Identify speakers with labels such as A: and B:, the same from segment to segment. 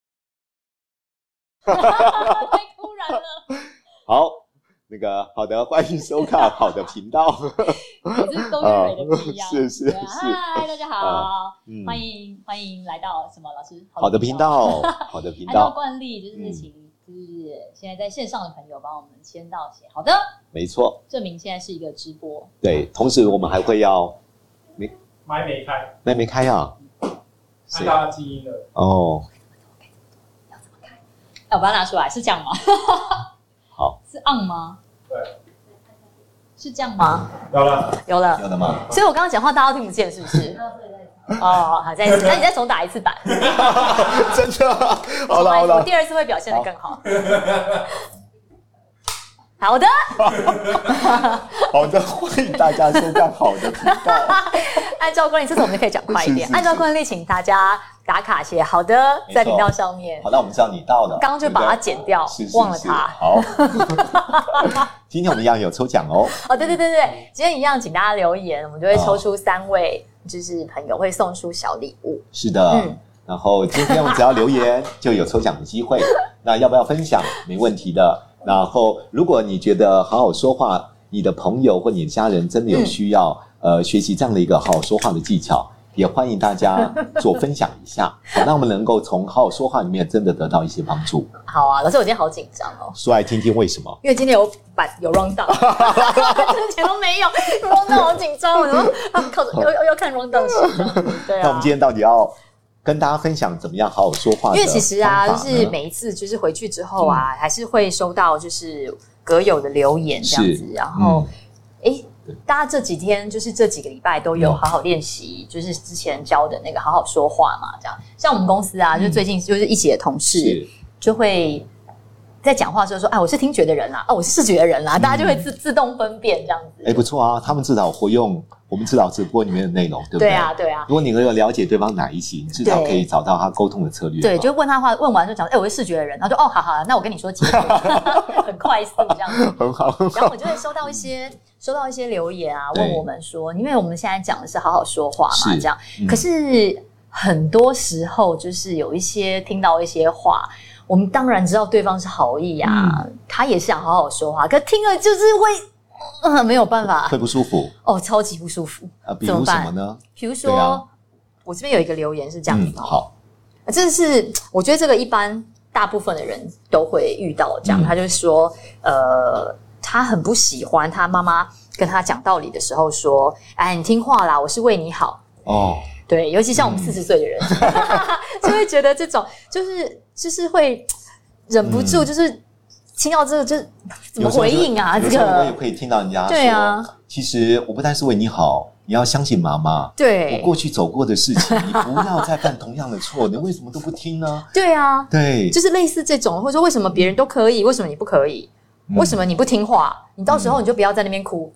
A: 太突然了。
B: 好，那个好的，欢迎收看好的频 道。
A: 每次都跟蕊的不一样。
B: 啊是是
A: 对啊
B: 是
A: 嗨，大家
B: 啊
A: 好，
B: 嗯
A: 欢迎欢迎来到什么老师？
B: 好的频。道， 好的频
A: 按照
B: 道，
A: 惯例，就是
B: 嗯
A: 请就是现在在线上的朋友帮我们签到写好的，
B: 没错。
A: 证明现在是一个直播。
B: 对，同时我们还会要
C: 麦没开，
B: 那没开啊，
C: 按
B: 谁
C: 大家静音了。
B: 哦，
A: 哎，我把它拿出来，是这样吗？
B: 好，
A: 是 on 吗？
C: 对，
A: 是这样吗？
C: 有了，
D: 有了。
B: 有的吗？
D: 所以我刚刚讲话大家都听不见，是 不是？哦，好，再一次，那你再重打一次版，
B: 真的，好了好
D: 我
B: 了，
D: 第二次会表现的更 好。好的，
B: 好的，欢迎大家收看好的频 道。
D: 按照惯例，这次我们就可以讲快一
B: 是是
D: 点。
B: 是
D: 按照惯例，请大家打卡写好的
B: 没错
D: 在频道上面。
B: 好，那我们知道你到了，
D: 刚刚就把它
B: 对
D: 剪掉
B: 不对是，
D: 忘了
B: 是
D: 它。
B: 是好， 今天我们一样有抽奖哦，
D: 哦，对对对对，今天一样，请大家留言，我们就会抽出三位就是朋友，会送出小礼物。
B: 是的
D: 嗯。
B: 然后今天我们只要留言就有抽奖的机 会，那要不要分享？没问题的。然后如果你觉得好好说话，你的朋友或你的家人真的有需要，
D: 嗯
B: 呃，学习这样的一个好好说话的技巧，也欢迎大家做分享 一下，好让我们能够从好好说话里面真的得到一些帮助。
D: 好啊，老师，我今天好紧张哦。
B: 说来听听为什么？
D: 因为今天有版有 round down，之前都没有 round down，好紧张，我怎么啊靠着要要要看 round down 写的，对
B: 那我们
D: 啊
B: 今。天到底要跟大家分享怎么样好好说话的方法呢？嗯
D: 因为其实啊，就是每一次就是回去之后啊，还是会收到就是阁友的留言这样
B: 是
D: 子，然后
B: 嗯
D: 哎、诶大家这几天就是这几个礼拜都有
B: 嗯
D: 好好练习，就是之前教的那个好好说话嘛，这样。像我们公司啊，就最近就是一起的同事，
B: 嗯是
D: 就会在讲话的时候说：“哎，我是听觉的人啦，哦，我是视觉的人啦。大家就会自自动分辨这样子。
B: 嗯哎不错啊，他们至少活用我们至少直播里面的内容，对不对？
D: 对啊，对啊，
B: 如果你能够了解对方哪一型，至少可以找到他沟通的策略嘛。
D: 对，就问他话，问完就讲：“哎，我是视觉的人。”然后就：“哦，好好，那我跟你说结果， 很快速这样子。
B: 很好，”
D: 然后我就会收到一些收到一些留言啊，
B: 对
D: 问我们说，因为我们现在讲的是好好说话嘛，
B: 是
D: 这样
B: 嗯。
D: 可是很多时候就是有一些听到一些话。我们当然知道对方是好意啊，
B: 嗯
D: 他也是想好好说话，可听了就是会，呃，没有办法，
B: 会不舒服
D: 哦，超级不舒服。
B: 啊。比
D: 怎
B: 如
D: 么办
B: 什么呢？
D: 比如说，
B: 对啊
D: 我这边有一个留言是这样
B: 嗯
D: 子，哦，
B: 好，
D: 这是我觉得这个一般大部分的人都会遇到这样，
B: 嗯
D: 他就是说，呃，他很不喜欢他妈妈跟他讲道理的时候说，哎，你听话啦，我是为你好。
B: 哦，
D: 对，尤其像我们四十岁的人， 就会觉得这种就是就是会忍不住，
B: 嗯
D: 就是听到这个就是怎么
B: 有时候
D: 回
B: 就
D: 应啊？
B: 有
D: 这
B: 时候我也
D: 个
B: 可以听到人家
D: 对啊
B: 说，其实我不但是为你好，你要相信妈妈。我
D: 对
B: 过去走过的事情，你不要再犯同样的 错，你为什么都不听呢？
D: 对啊，
B: 对，
D: 就是类似这种，或者说为什么别人都可以，为什么你不可以？
B: 嗯
D: 为什么你不听话？你到时候你就不要在那边 哭，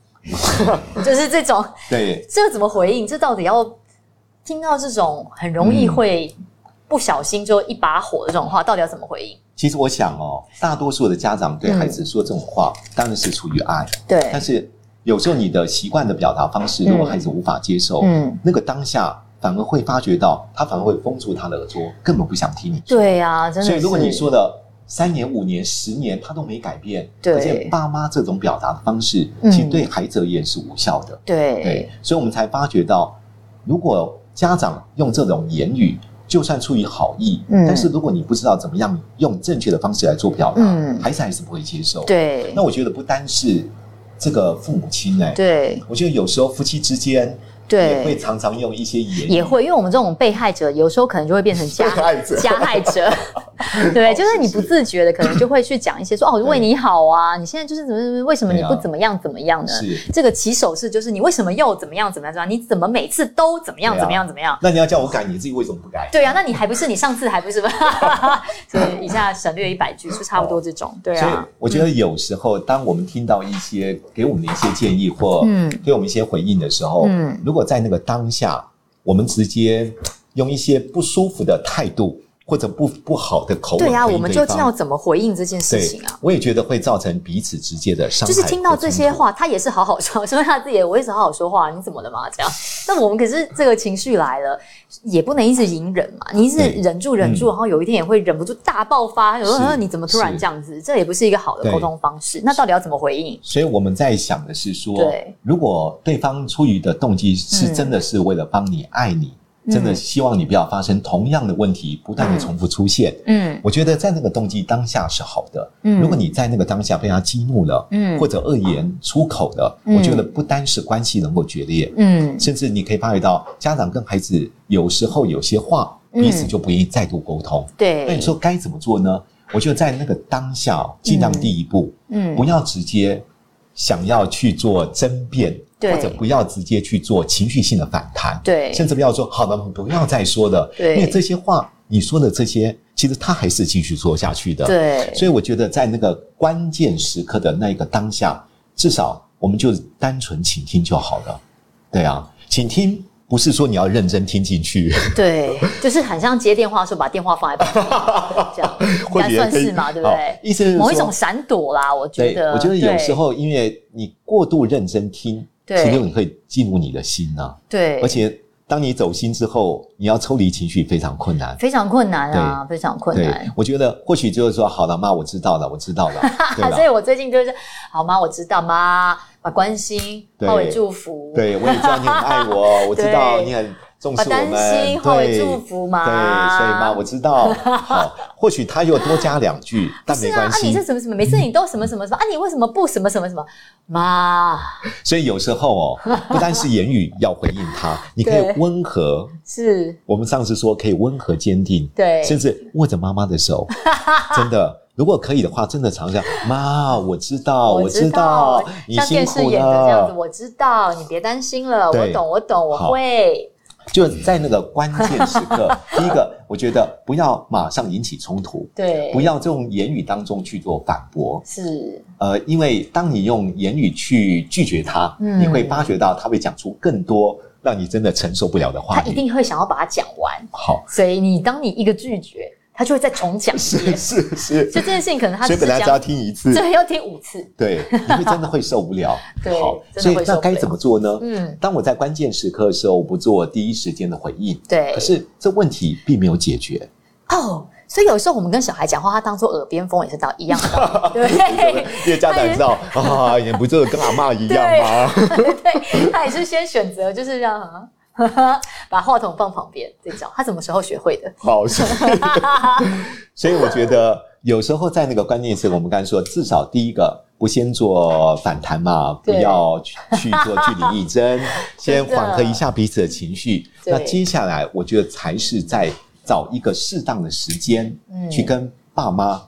D: 就是这种，
B: 嗯对，
D: 这个怎么回应？这到底要听到这种很容易会不小心就一把火的这种话，到底要怎么回应？
B: 其实我想哦，大多数的家长对孩子说这种话，
D: 嗯
B: 当然是出于爱，
D: 对
B: 但是有时候你的习惯的表达方式，
D: 嗯
B: 如果孩子无法接受，
D: 嗯，
B: 那个当下反而会发觉到，他反而会封住他的耳朵，根本不想听你。
D: 对啊，真的是。
B: 所以如果你说了三年、五年、十年，他都没改变，
D: 对
B: 而且爸妈这种表达的方式，
D: 嗯
B: 其实对孩子而言是无效的。对
D: 对，，
B: 所以我们才发觉到，如果家长用这种言语，就算出于好意，
D: 嗯
B: 但是如果你不知道怎么样用正确的方式来做表达，
D: 嗯
B: 孩子还是不会接受。，
D: 对
B: 那，我觉得不单是这个父母亲哎、
D: 对，
B: 我觉得有时候夫妻之间也会
D: 对，
B: 常常用一些言语
D: 也会，因为我们这种被害者，有时候可能就会变成
B: 被
D: 加害
B: 害者。哦
D: 加害者， 对，就是你不自觉的，可能就会去讲一些说哦，我为你好啊，你现在就是怎么怎么，为什么你不
B: 对啊
D: 怎么样怎么样呢？
B: 是，
D: 这个起手式就是你为什么又怎么样怎么样怎么样？你怎么每次都怎么样
B: 对啊
D: 怎么样怎么样？
B: 那你要叫我改，你自己为什么不改？
D: 对啊，那你还不是你上次还不是吧？ 所以以下省略一百句，就差不多这种。对
B: 所以
D: 啊，
B: 我觉得有时候，当我们听到一些给我们的一些建议或
D: 嗯
B: 给我们一些回应的时候，
D: 嗯
B: 如果在那个当下，我们直接用一些不舒服的态度或者不不好的口吻
D: 对呀、
B: 回应
D: 我们究
B: 对
D: 竟
B: 方
D: 要怎么回应这件事情
B: 对
D: 啊？，
B: 我也觉得会造成彼此之间的伤
D: 就
B: 害。
D: 是听到这些，话，他也是好好说，说他自己，我也是好好说话，你怎么了嘛？这样， 那我们可是这个情绪来了，也不能一直隐忍嘛，你一直
B: 对
D: 忍住忍住，
B: 嗯
D: 然后有一天也会忍不住大爆发，有时候
B: 是
D: 呃你怎么突然
B: 是
D: 这样子？这也不是一个好的
B: 对
D: 沟通方式。那到底要怎么回应？
B: 所以我们在想的是说
D: 对，
B: 如果对方出于的动机是
D: 嗯
B: 真的是为了帮你、爱你，
D: 嗯
B: 真的希望你不要发生同样的问题不断的重复出现，
D: 嗯
B: 我觉得在那个动机当下是好的。
D: 嗯
B: 如果你在那个当下被他激怒了，
D: 嗯
B: 或者恶言出口了，
D: 嗯
B: 我觉得不单是关系能够决裂，
D: 嗯
B: 甚至你可以发觉到家长跟孩子有时候有些话
D: 嗯
B: 彼此就不宜再度沟通。
D: 对，
B: 那你说该怎么做呢？我觉得在那个当下哦，尽量第一步，
D: 嗯
B: 不要直接想要去做争辩，
D: 对
B: 或者不要直接去做情绪性的反弹，
D: 对
B: 甚至不要说好了，不要再说了，
D: 对
B: 因为这些话你说的这些，其实他还是继续说下去的，。
D: 对
B: 所以我觉得在那个关键时刻的那一个当下，至少我们就单纯倾听就好了，对啊，倾听不是说你要认真听进去，
D: 对，就是很像接电话的时候把电话放在旁边，这样应
B: 或
D: 该
B: 者也
D: 算
B: 可以
D: 是嘛，对不
B: 好
D: 对？
B: 意思是
D: 某一
B: 说
D: 种闪躲啦，我觉
B: 对
D: 得，，
B: 我觉得有
D: 对
B: 时候因为你过度认真听，
D: 对
B: 其实你会进入你的心呐、
D: 对，
B: 而且当你走心之后，你要抽离情绪非常困难。
D: 非常困难啊，非常困
B: 对
D: 难。，
B: 我觉得或许就是说，好了，妈，我知道了，我知道 了，对
D: 所以
B: 了，
D: 我最近就是，好妈，我知道妈，把关心
B: 对
D: 化为祝福，，
B: 对我也知道你很爱我，我知 道
D: 对
B: 你很重
D: 把
B: 视我
D: 担
B: 们，
D: 心化为祝福啊嘛，
B: 对，所以妈，我知道。 好，或许他又多加两句，但
D: 是
B: 没
D: 啊，
B: 关
D: 啊你
B: 系
D: 是。什么什么，每次你都什么什么什么，啊你为什么不什么什么什么，妈
B: 所以有时候哦，不单是言语要回应他，你可以
D: 对
B: 温和。
D: 是，
B: 我们上次说可以温和坚定，
D: 对，
B: 甚至握着妈妈 的手，真的。如果可以的话，真的尝一下。妈，我知道，哦我知道，你
D: 像
B: 辛
D: 电视
B: 苦
D: 演的这样子，
B: 了。
D: 我知道，你别担心了，我
B: 对
D: 懂，我懂，我
B: 好
D: 会，
B: 就在那个关键时 刻，第一个，我觉得不要马上引起冲突，
D: 对，
B: 不要这种言语当中去做反驳。
D: 是，
B: 呃，因为当你用言语去拒绝他，
D: 嗯
B: 你会发觉到他会讲出更多让你真的承受不了的话
D: 他一
B: 语。
D: 定会想要把它讲完，
B: 好，
D: 所以你当你一个拒绝，他就会再重讲一遍，
B: 是是，
D: 就这件事情可能他只
B: 所
D: 是
B: 以本来只
D: 讲
B: 要，听一次，
D: 对，要听五次，。
B: 对，你会真的会受不了
D: 对
B: 好，
D: 真的
B: 所以
D: 会受不
B: 那
D: 了
B: 该怎么做呢？
D: 嗯，
B: 当我在关键时刻的时候，我不做第一时间的回应，
D: 对
B: 可。是这问题并没有解决。
D: 哦，所以有时候我们跟小孩讲话，他当做耳边风也是当一样的道理， 对不对？
B: 因为家长也知道啊，也不就是跟阿嬷一样吗？
D: 对，他也是先选择就是让啊呵呵把话筒放旁边这种，他什么时候学会的？
B: 好，所以 所以我觉得有时候在那个关键时刻，我们刚才说，至少第一个不先做反弹嘛，不
D: 对
B: 要去去做据理力争，先
D: 真的
B: 缓和一下彼此的情绪。
D: 对
B: 那接下来，我觉得才是在找一个适当的时间，
D: 嗯
B: 去跟爸妈，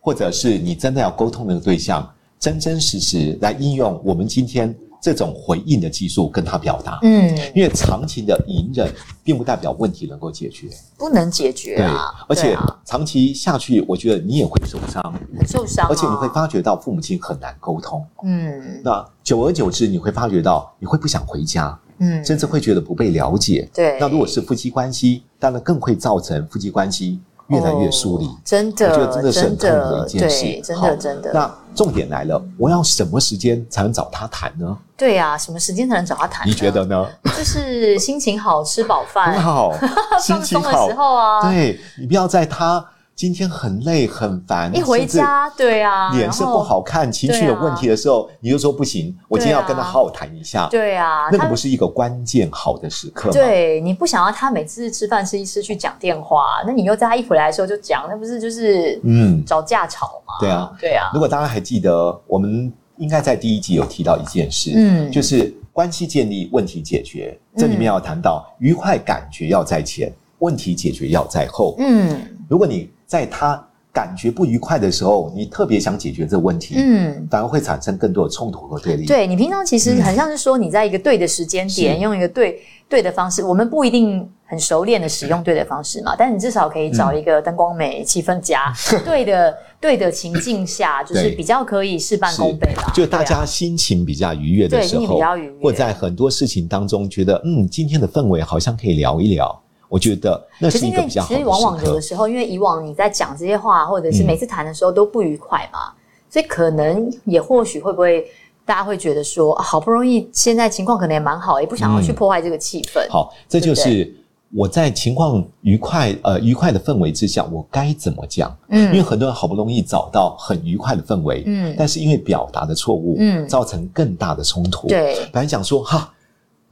B: 或者是你真的要沟通的对象，真真实实来应用我们今天这种回应的技术跟他表达。
D: 嗯，
B: 因为长期的隐忍，并不代表问题能够解决。
D: 不能解决啊，
B: 而且
D: 对啊
B: 长期下去，我觉得你也会受伤，
D: 很受伤啊，
B: 而且你会发觉到父母亲很难沟通。
D: 嗯
B: 那久而久之，你会发觉到你会不想回家，
D: 嗯，
B: 甚至会觉得不被了解。
D: 对
B: 那如果是夫妻关系，当然更会造成夫妻关系越来越疏离。
D: 哦真
B: 我觉
D: 的
B: 得真的是很痛苦的一件事。
D: 对，真
B: 好
D: 的真的，
B: 那重点来了，我要什么时间才能找他谈 呢？
D: 对啊，什么时间才能找他谈？
B: 你觉得？呢？
D: 就是心情好，吃饱
B: 很
D: 饭，
B: 好，心
D: 哎放
B: 情
D: 松的
B: 好
D: 时，候啊，
B: 对你不要在他今天很累很烦，
D: 一回
B: 甚至
D: 家，对啊，
B: 脸色不好看、情绪有问题的时候，你就说不行，我今天要跟他好好谈一下
D: 然后，。啊对啊，
B: 那个
D: 他
B: 不是一个关键好的时刻吗？，
D: 对你不想要他每次吃饭吃一吃去讲电话，那你又在他一回来的时候就讲，那不是就是
B: 嗯，
D: 找架吵吗？
B: 对啊。
D: 对啊，
B: 如果大家还记得，我们应该在第一集有提到一件事，
D: 嗯
B: 就是关系建立、问题解决，这里面要谈到愉快感觉要在前，问题解决要在后。
D: 嗯
B: 如果你在他感觉不愉快的时候，你特别想解决这问题，
D: 嗯。
B: 反而会产生更多的冲突和对立。
D: 对你平常其实很像是说你在一个对的时间点，
B: 嗯是
D: 用一个对对的方式，我们不一定很熟练的使用对的方式嘛，但你至少可以找一个灯光美、气氛佳， 对的对的情境 下，就是
B: 嗯对
D: 比较可以事半
B: 是
D: 功倍啦。
B: 就大
D: 对啊
B: 家心情比较愉悦的
D: 对
B: 时
D: 心情
B: 候
D: 比较愉悦，
B: 或在很多事情当中觉得，嗯，今天的氛围好像可以聊一聊。我觉得那
D: 可
B: 是
D: 是
B: 一
D: 因
B: 个
D: 为
B: 比较好
D: 其
B: 的
D: 实往往
B: 时
D: 有
B: 刻
D: 的时候，因为以往你在讲这些话，或者是
B: 嗯
D: 每次谈的时候都不愉快嘛，所以可能也或许会不会大家会觉得说，啊好不容易现在情况可能也蛮好，也不想要去
B: 嗯
D: 破坏这个气氛。
B: 好，这
D: 对
B: 就
D: 不对
B: 是我在情况愉快呃愉快的氛围之下，我该怎么讲？因为
D: 嗯
B: 很多人好不容易找到很愉快的氛围，
D: 嗯
B: 但是因为表达的错误，
D: 嗯
B: 造成更大的冲突。，
D: 对，
B: 本来想说哈。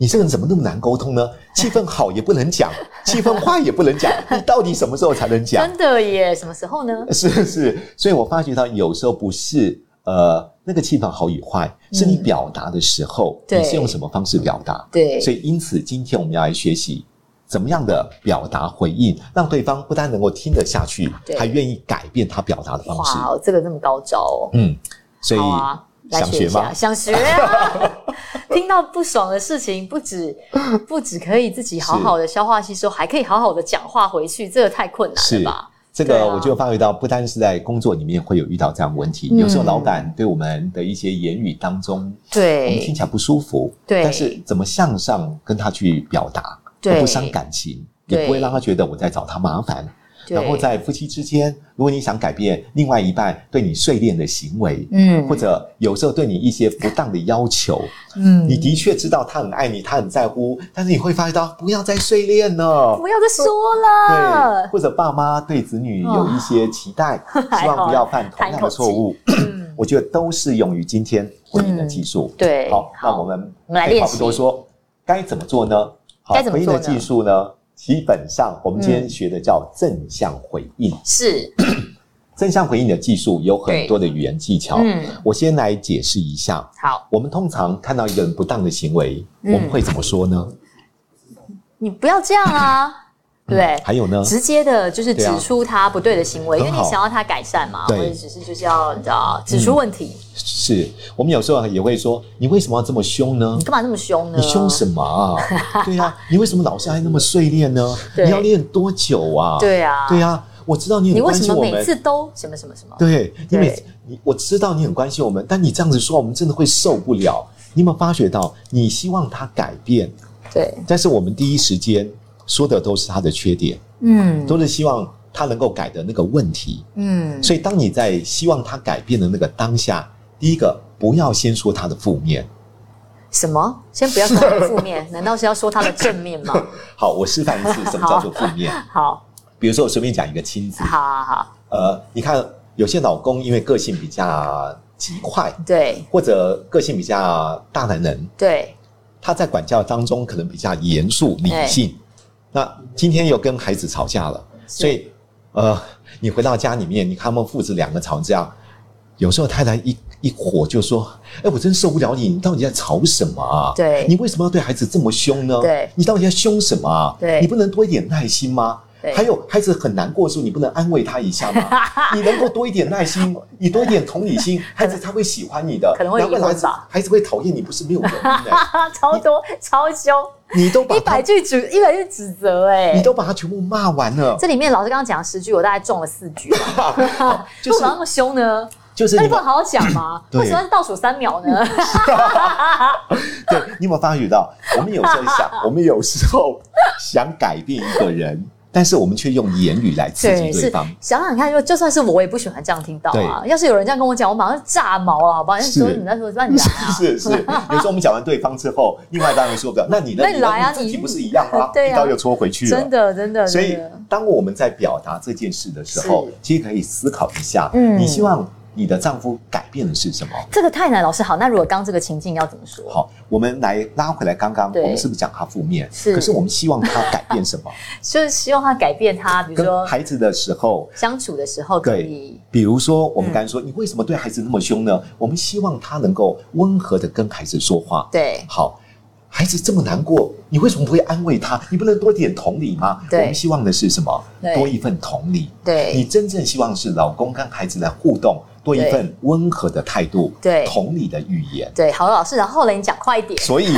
B: 你这个人怎么那么难沟通呢？气氛好也不 能讲，气氛坏也不能讲，你到底什么时候才能讲？
D: 真的耶，什么时候呢？
B: 是是，所以我发觉到有时候不是呃那个气氛好与坏，是你
D: 嗯
B: 表达的时候，
D: 对
B: 你是用什么方式表达。
D: 对，
B: 所以因此，今天我们要来学习怎么样的表达回应，让对方不但能够听得下去
D: 对，
B: 还愿意改变他表达的方式。
D: 哇，这个这么高招哦。
B: 嗯，所以、
D: 好啊，来
B: 想
D: 学一
B: 学
D: 下，
B: 吗
D: 想学 啊！听到不爽的事情，不止不止可以自己好好的消化吸收，还可以好好的讲话回去，这个太困难了
B: 是
D: 吧？
B: 这
D: 对
B: 个
D: 啊
B: 我就发觉到，不单是在工作里面会有遇到这样的问题，
D: 嗯
B: 有时候老板对我们的一些言语当中，我们听
D: 对
B: 起来不舒服，
D: 对
B: 但是怎么向上跟他去表达，
D: 对
B: 而不伤感情，也
D: 对
B: 不会让他觉得我在找他麻烦。
D: 对，
B: 然后在夫妻之间，如果你想改变另外一半对你睡恋的行为，
D: 嗯
B: 或者有时候对你一些不当的要求，
D: 嗯
B: 你的确知道他很爱你，他很在乎，但是你会发觉到不要再睡恋了。
D: 不要再说
B: 对，
D: 了，
B: 或者爸妈对子女有一些期待，希
D: 还好
B: 望不要犯同样的错误，
D: 嗯
B: 我觉得都是用于今天婚姻的技术。
D: 对，
B: 好，那我们
D: 我们来
B: 废
D: 练
B: 哎话
D: 习
B: 不多说，该怎么做呢？好
D: 该怎么
B: 婚姻
D: 做
B: 的
D: 呢
B: 技术呢？基本上我们今天
D: 嗯
B: 学的叫正向回应。
D: 是
B: 正向回应的技术有很多的语言技巧，
D: 嗯
B: 我先来解释一下。
D: 好，
B: 我们通常看到一个人不当的行为，
D: 嗯
B: 我们会怎么说呢？
D: 你不要这样 啊，对不对。
B: 还有呢？
D: 直接的，就是指
B: 啊对啊
D: 出他不对的行为，因为
B: 很
D: 你
B: 好
D: 想要他改善嘛，或
B: 对嗯
D: 者只是就是要你知道指出问题，
B: 是我们有时候也会说：“你为什么要这么凶呢
D: 你？干嘛那么凶呢？
B: 你凶什 么啊？对啊，你为什么老是还那么碎练呢？
D: 对
B: 你要练多久啊？
D: 对啊，
B: 对啊，我知道你
D: 你
B: 很
D: 为
B: 关
D: 什
B: 心
D: 么
B: 我
D: 每
B: 们，
D: 次都什么什么什么？
B: 对你
D: 对
B: 每次你我知道你很关心我们，但你这样子说，我们真的会受不了。你有没有发觉到，你希望他改变，
D: 对，
B: 但是我们第一时间说的都是他的缺点，
D: 嗯
B: 都是希望他能够改的那个问题。
D: 嗯，
B: 所以，当你在希望他改变的那个当下，第一个不要先说他的负面。
D: 什么？先不要说他的负 面，难道是要说他的正面吗？
B: 好，我示范一次什么叫做负面。
D: 好，
B: 比如说，我随便讲一个亲子
D: 好，，好，好，
B: 呃，你看有些老公因为个性比较急快，
D: 对
B: 或者个性比较大男人，
D: 对，
B: 他在管教当中可能比较严肃理性。那今天又跟孩子吵架了，所以呃，你回到家里面，你看他们父子两个吵架，有时候太太一一火就说：“哎，我真受不了你，你到底在吵什么啊？
D: 对
B: 你为什么要对孩子这么凶呢？
D: 对
B: 你到底在凶什么啊？
D: 对
B: 你不能多一点耐心吗？”
D: 对
B: 还有孩子很难过的时候，你不能安慰他一下 吗？你能够多一点耐心，你多一点同理心，孩子他会喜欢你的。
D: 可能会
B: 难怪
D: 离婚
B: 孩子
D: 吧
B: 孩子会讨厌你，不是没有原因的。
D: 超多超凶，
B: 你都把
D: 一百
B: 他，
D: 句指一百句指责，哎
B: 你，都把他全部骂完了，
D: 这里面老师刚刚讲十句，我大概中了四句，
B: 就
D: 为什
B: 是
D: 么要那么凶呢？
B: 就是
D: 那
B: 你
D: 你不
B: 们
D: 能好好讲吗？
B: 对
D: 为什么要倒数三秒呢？
B: 对，你有没有发觉到？我们有时候想，我们有时候想改变一个人，但是我们却用言语来刺激对
D: 是
B: 方。
D: 想想看，就就算是我，我也不喜欢这样听到啊。要是有人这样跟我讲，我马上炸毛了，好不好？那
B: 是
D: 说你在说乱讲啊。
B: 是是，有时候我们讲完对方之后，另外一方会说不了，那你呢？
D: 那你来啊
B: 呢自己
D: 你
B: 不是一样吗？
D: 对啊
B: 一刀又戳回去了。
D: 真的，真的，
B: 所
D: 真
B: 以
D: 的，
B: 当我们在表达这件事的时候
D: 是，
B: 其实可以思考一下，
D: 嗯
B: 你希望你的丈夫改变的是什么？
D: 这个太难。老师好，那如果刚这个情境要怎么说？
B: 好，我们来拉回来，刚刚
D: 对
B: 我们是不是讲他负面？
D: 是
B: 可是我们希望他改变 什么？
D: 就是希望他改变他，比如
B: 跟
D: 说
B: 孩子的时候，
D: 相处的时候可以
B: 对，比如说我们
D: 嗯
B: 刚才说，你为什么对孩子那么凶呢？我们希望他能够温和的跟孩子说话。
D: 对
B: 好，孩子这么难过，你为什么不会安慰他？你不能多点同理吗？我
D: 对
B: 们希望的是什么
D: 对？
B: 多一份同理。你
D: 对
B: 真正希望是老公跟孩子的互动，多一
D: 对
B: 份温和的态度，
D: 对
B: 同理的语言。
D: 对。好，老师，然后嘞，你讲快 一点。
B: 所以，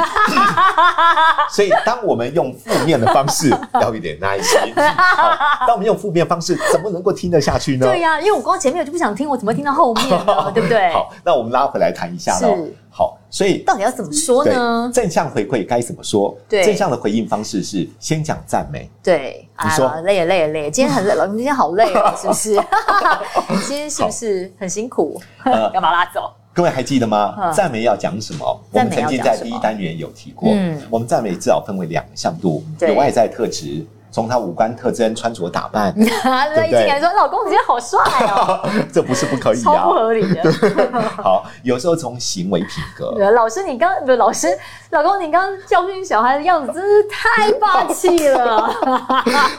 B: 所以当我们用负面的方式，要一点耐 心。好，当我们用负面方式，怎么能够听得下去呢？
D: 对 呀、因为我光前面我就不想听，我怎么听到后面呢？对不对？
B: 好，那我们拉回来谈一下喽
D: 是。
B: 好，所以
D: 到底要怎么说
B: 对
D: 呢？
B: 正向回馈该怎么说？
D: 对
B: 正向的回应方式是先讲 赞美，
D: 对，
B: 你说
D: 老累也啊累也累，今天很累，老你今天好累哦，是不 是？你今天是不是很辛苦？
B: 呃
D: 要把它拉走。
B: 各位还记得吗？
D: 嗯
B: 赞美要讲什么？我
D: 赞
B: 们
D: 美要
B: 曾
D: 讲
B: 经在第一单元有提过
D: 嗯，
B: 我们赞美至少分为两个向度，
D: 对
B: 有外在特质，从他五官特征、穿着打 扮，
D: 他一进来说：“老公，你今天好帅 哦
B: 这不是不可！”以
D: 超不
B: 啊。
D: 合理的。
B: 好，有时候从行为品格，
D: 对老师，你刚不是老师，老公，你刚刚教训小孩的样子真是太霸气了，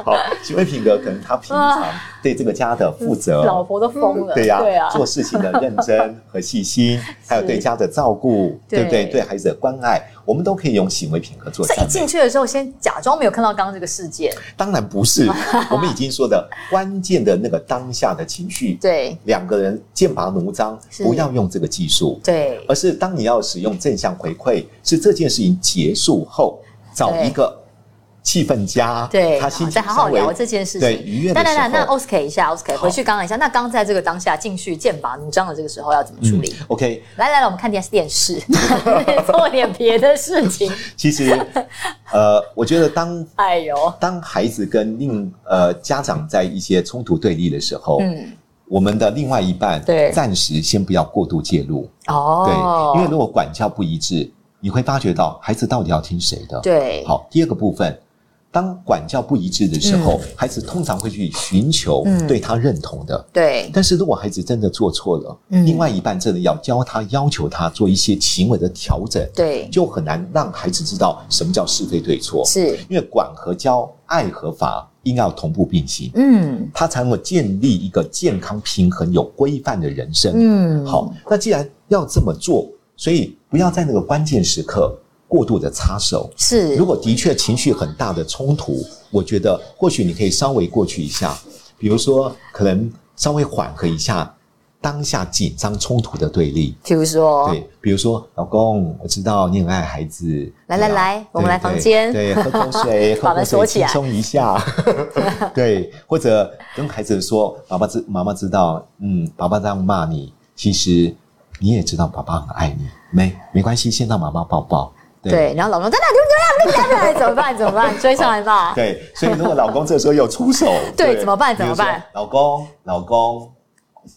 B: 好，行为品格可能他平常对这个家的负责，
D: 啊 老婆都疯了。
B: 对呀、
D: 对啊，
B: 做事情的认真和 细心，还有对家的照顾，
D: 对
B: 对不对？对孩子的关爱，我们都可以用行为品格做
D: 所以
B: 赞
D: 一进
B: 美。
D: 去的时候，先假装没有看到刚刚这个事件。
B: 当然 不是，我们已经说的关键的那个当下的情绪，
D: 对
B: 两个人剑拔弩张，
D: 是
B: 不要用这个技术，
D: 对
B: 而是当你要使用正向回馈，是这件事情结束后找
D: 对
B: 一个气氛家，
D: 对，
B: 他心
D: 再
B: 情
D: 好好
B: 稍微
D: 聊这件事
B: 对
D: 情。
B: 愉悦的
D: 那那
B: 时
D: 那那
B: 候。
D: ，Oscar 一下，Oscar 回去刚刚一下。那刚在这个当下进去剑拔弩张的这个时候要怎么处理？
B: 嗯 OK，
D: 来来来，我们看电视电视， 做点别的事情。
B: 其实，呃，我觉得当
D: 哎呦，
B: 当孩子跟另呃家长在一些冲突 对立的时候，
D: 嗯，
B: 我们的另外一半
D: 对
B: 暂时先不要过度介入，
D: 哦，
B: 对，因为如果管教不一致，你会发觉到孩子到底要听谁的。，
D: 对，
B: 好，第二个部分，当管教不一致的时候，孩子通常会去寻求
D: 嗯
B: 对他认同的。
D: 对，
B: 但是如果孩子真的做错了，
D: 嗯
B: 另外一半真的要教他、要求他做一些行为的调整，
D: 对，
B: 就很难让孩子知道什么叫是非对错。
D: 是，
B: 因为管和教、爱和法应该要同步并行，
D: 嗯
B: 它才能够建立一个健康、平衡、有规范的人生。
D: 嗯，
B: 好，那既然要这么做，所以不要在那个关键时刻过度的插手。
D: 是
B: 如，果的确情绪很大的冲突，我觉得或许你可以稍微过去一下，比如说可能稍微缓和一下当下紧张冲突的对立。
D: 比如说，
B: 对，比如说，老公，我知道你很爱孩子，
D: 来
B: 对
D: 来
B: 啊
D: 来我们
B: 对
D: 来
B: 对
D: 房间
B: 对，喝口水，
D: 把
B: 喝
D: 门
B: 口
D: 锁
B: 水，
D: 起来
B: 轻松 一下，对，或者跟孩子说，爸爸知，妈妈知道，嗯，爸爸这样骂你，其实你也知道，爸爸很爱你，没没关系，先让妈妈抱抱，
D: 对，然后老公，等等，你们怎么样？怎么办？怎么办？ 追上来吧。，
B: 对，所以如果老公这时候有出手
D: 对怎么办怎么办？
B: 比如说老公，老公，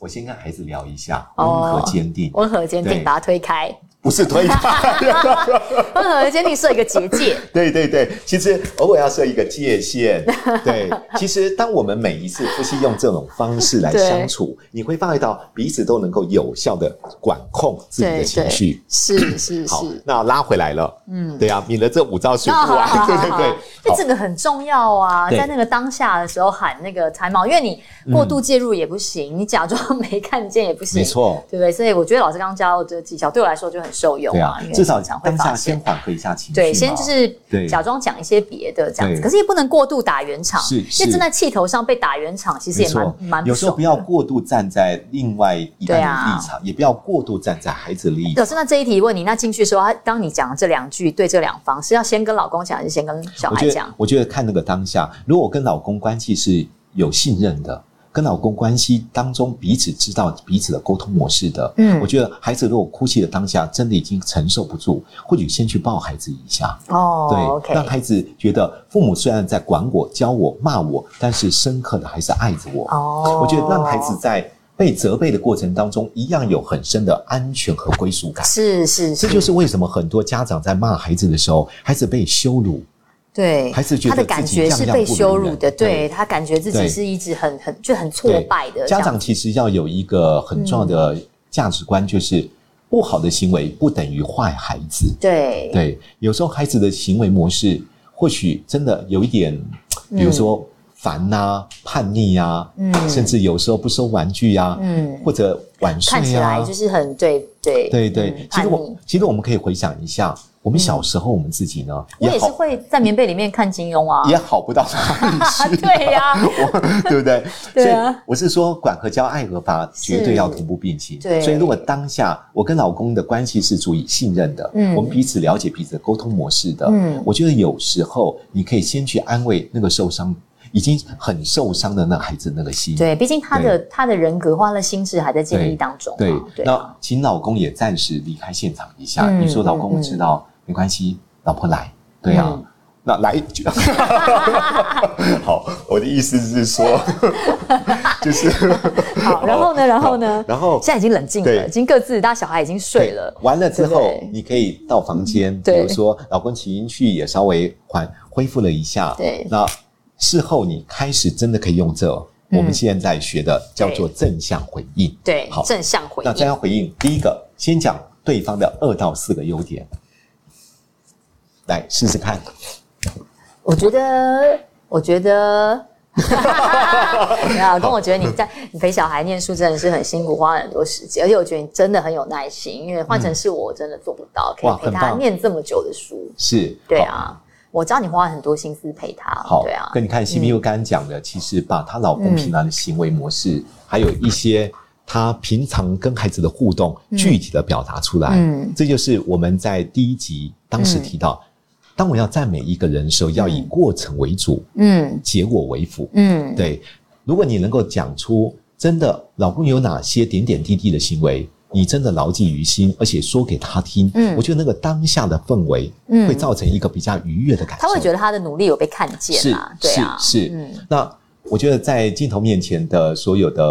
B: 我先跟孩子聊一下，温和
D: 哦
B: 坚定，
D: 温和坚定，
B: 对
D: 把它推开。
B: 不是 推他。
D: 温和坚定设一个结界，
B: 对对对，其实偶尔要设一个界 限。对，其实当我们每一次夫妻用这种方式来
D: 对
B: 相处，你会发觉到彼此都能够有效的管控自己的情绪。
D: 是是
B: 好
D: 是，，
B: 那拉回来了，
D: 嗯。
B: 对啊，免得这五招全
D: 啊
B: 部
D: 好好
B: 啊，
D: 好
B: 对
D: 好
B: 对
D: 好
B: 对，
D: 这
B: 好
D: 这个很重要啊，
B: 对
D: 在那个当下的时候喊那个 time out，因为你过度介入也不行，你假装没看见也不行，
B: 嗯没，错。
D: 对不对？所以我觉得老师刚刚教的这个技巧对我来说就很受用
B: 对啊
D: 因，为
B: 至少
D: 经常会
B: 当
D: 发
B: 下
D: 现
B: 先。缓和一下情绪嘛。
D: 对，先就是
B: 对
D: 假装讲一些别的这样子，
B: 对
D: 可是也不能过度打圆场，
B: 是
D: 因为
B: 是
D: 正在气头上被打圆场，其实
B: 没
D: 也蛮
B: 错，
D: 蛮
B: 有时候
D: 爽
B: 不要
D: 的。
B: 过度站在另外一
D: 对
B: 半的
D: 啊
B: 立场，也不要过度站在孩子的立
D: 老
B: 场。
D: 师，那这一题问你，那进去的时候，他当你讲这两句，对这两方是要先跟老公讲，还是先跟小
B: 我
D: 孩
B: 觉
D: 讲
B: 得？，我觉得看那个当下，如果跟老公关系是有信任的，跟老公关系当中彼此知道彼此的沟通模式的，
D: 嗯
B: 我觉得孩子如果哭泣的当下，真的已经承受不住，或许先去抱孩子一下，对
D: 哦，OK，
B: 让孩子觉得父母虽然在管我、教我、骂我，但是深刻的还是爱着我。
D: 哦，
B: 我觉得让孩子在被责备的过程当中，一样有很深的安全和归属感。
D: 是是
B: 这
D: 是，
B: 就是为什么很多家长在骂孩子的时候，孩子被羞辱，
D: 对，
B: 还是觉得
D: 他的感
B: 自己
D: 觉
B: 样
D: 是
B: 样
D: 被
B: 不如
D: 羞辱
B: 人
D: 的，对
B: 对
D: 他感觉自己
B: 对
D: 是一直很很就很挫
B: 对
D: 败的这
B: 家
D: 样子。嗯
B: 长其实要有一个很重要的价值观，就是不好的行为不等于坏孩子。
D: 对
B: 对，有时候孩子的行为模式或许真的有一点，比如说烦呐、叛逆呀、
D: 嗯
B: 甚至有时候不收玩具呀、
D: 嗯
B: 或者晚睡
D: 看起
B: 呀、
D: 来就是很对对
B: 啊对对，
D: 嗯
B: 其实
D: 叛
B: 我
D: 逆。嗯
B: 其实我们可以回想一下，我们小时候我们自己呢，
D: 我也是会在棉被里面看金庸啊，
B: 也好不到哪里
D: 啊
B: 去。
D: 对呀、
B: 我对不对？
D: 对啊
B: 所以我是说，管和教爱和法绝对要同步并行。
D: 对
B: 所以如果当下我跟老公的关系是足以信任的，
D: 嗯
B: 我们彼此了解彼此的沟通模式的，
D: 嗯
B: 我觉得有时候你可以先去安慰那个受伤。已经很受伤的那孩子那个心。
D: 对，毕竟他的他的人格、花了心智还在建立当中嘛。
B: 对，
D: 对啊，
B: 那请老公也暂时离开现场一下。
D: 嗯
B: 你说老公
D: 嗯
B: 我知道，没关系，老婆来，对啊。
D: 嗯
B: 那来， 好，我的意思是说， 就是
D: 好，然后呢，然后 呢，
B: 然后
D: 现在已经冷静了，
B: 对
D: 已经各自，大家小孩已经睡了
B: 对。完了之后
D: 对不对，嗯
B: 你可以到房间，比
D: 对
B: 如说老公情绪也稍微缓恢复了一下。
D: 对
B: 那事后你开始真的可以用这哦我
D: 嗯
B: 们现在学的叫做正向回应。
D: 对
B: 好，
D: 正向回
B: 那正
D: 应。
B: 向回应，第一个先讲对方的二到四个优点，来试试看。
D: 我觉得，我觉得。 没有，跟我觉得你在你陪小孩念书真的是很辛苦，花了很多时间，而且我觉得你真的很有耐心，因为换成是我，我真的做不到，可
B: 嗯哇
D: 以陪
B: 很
D: 他
B: 棒
D: 念这么久的书。
B: 是，
D: 对
B: 好。
D: 啊，我知道你花了很多心思陪他。
B: 好，
D: 对啊，
B: 跟你看 CPU 刚刚讲的，其实把她老公平常的行为模
D: 嗯
B: 式，还有一些她平常跟孩子的互动，具体的表达出来。
D: 嗯
B: 这就是我们在第一集当时提到，当我要赞美一个人的时候，要以过程为主，
D: 嗯
B: 结果为辅。
D: 嗯，
B: 对，如果你能够讲出真的老公有哪些点点滴滴的行为，你真的牢记于心，而且说给他听，
D: 嗯
B: 我觉得那个当下的氛围
D: 嗯
B: 会造成一个比较愉悦的感受。
D: 他会觉得他的努力有被看见啊，对
B: 是
D: 啊，
B: 是是、
D: 嗯
B: 那我觉得在镜头面前的所有的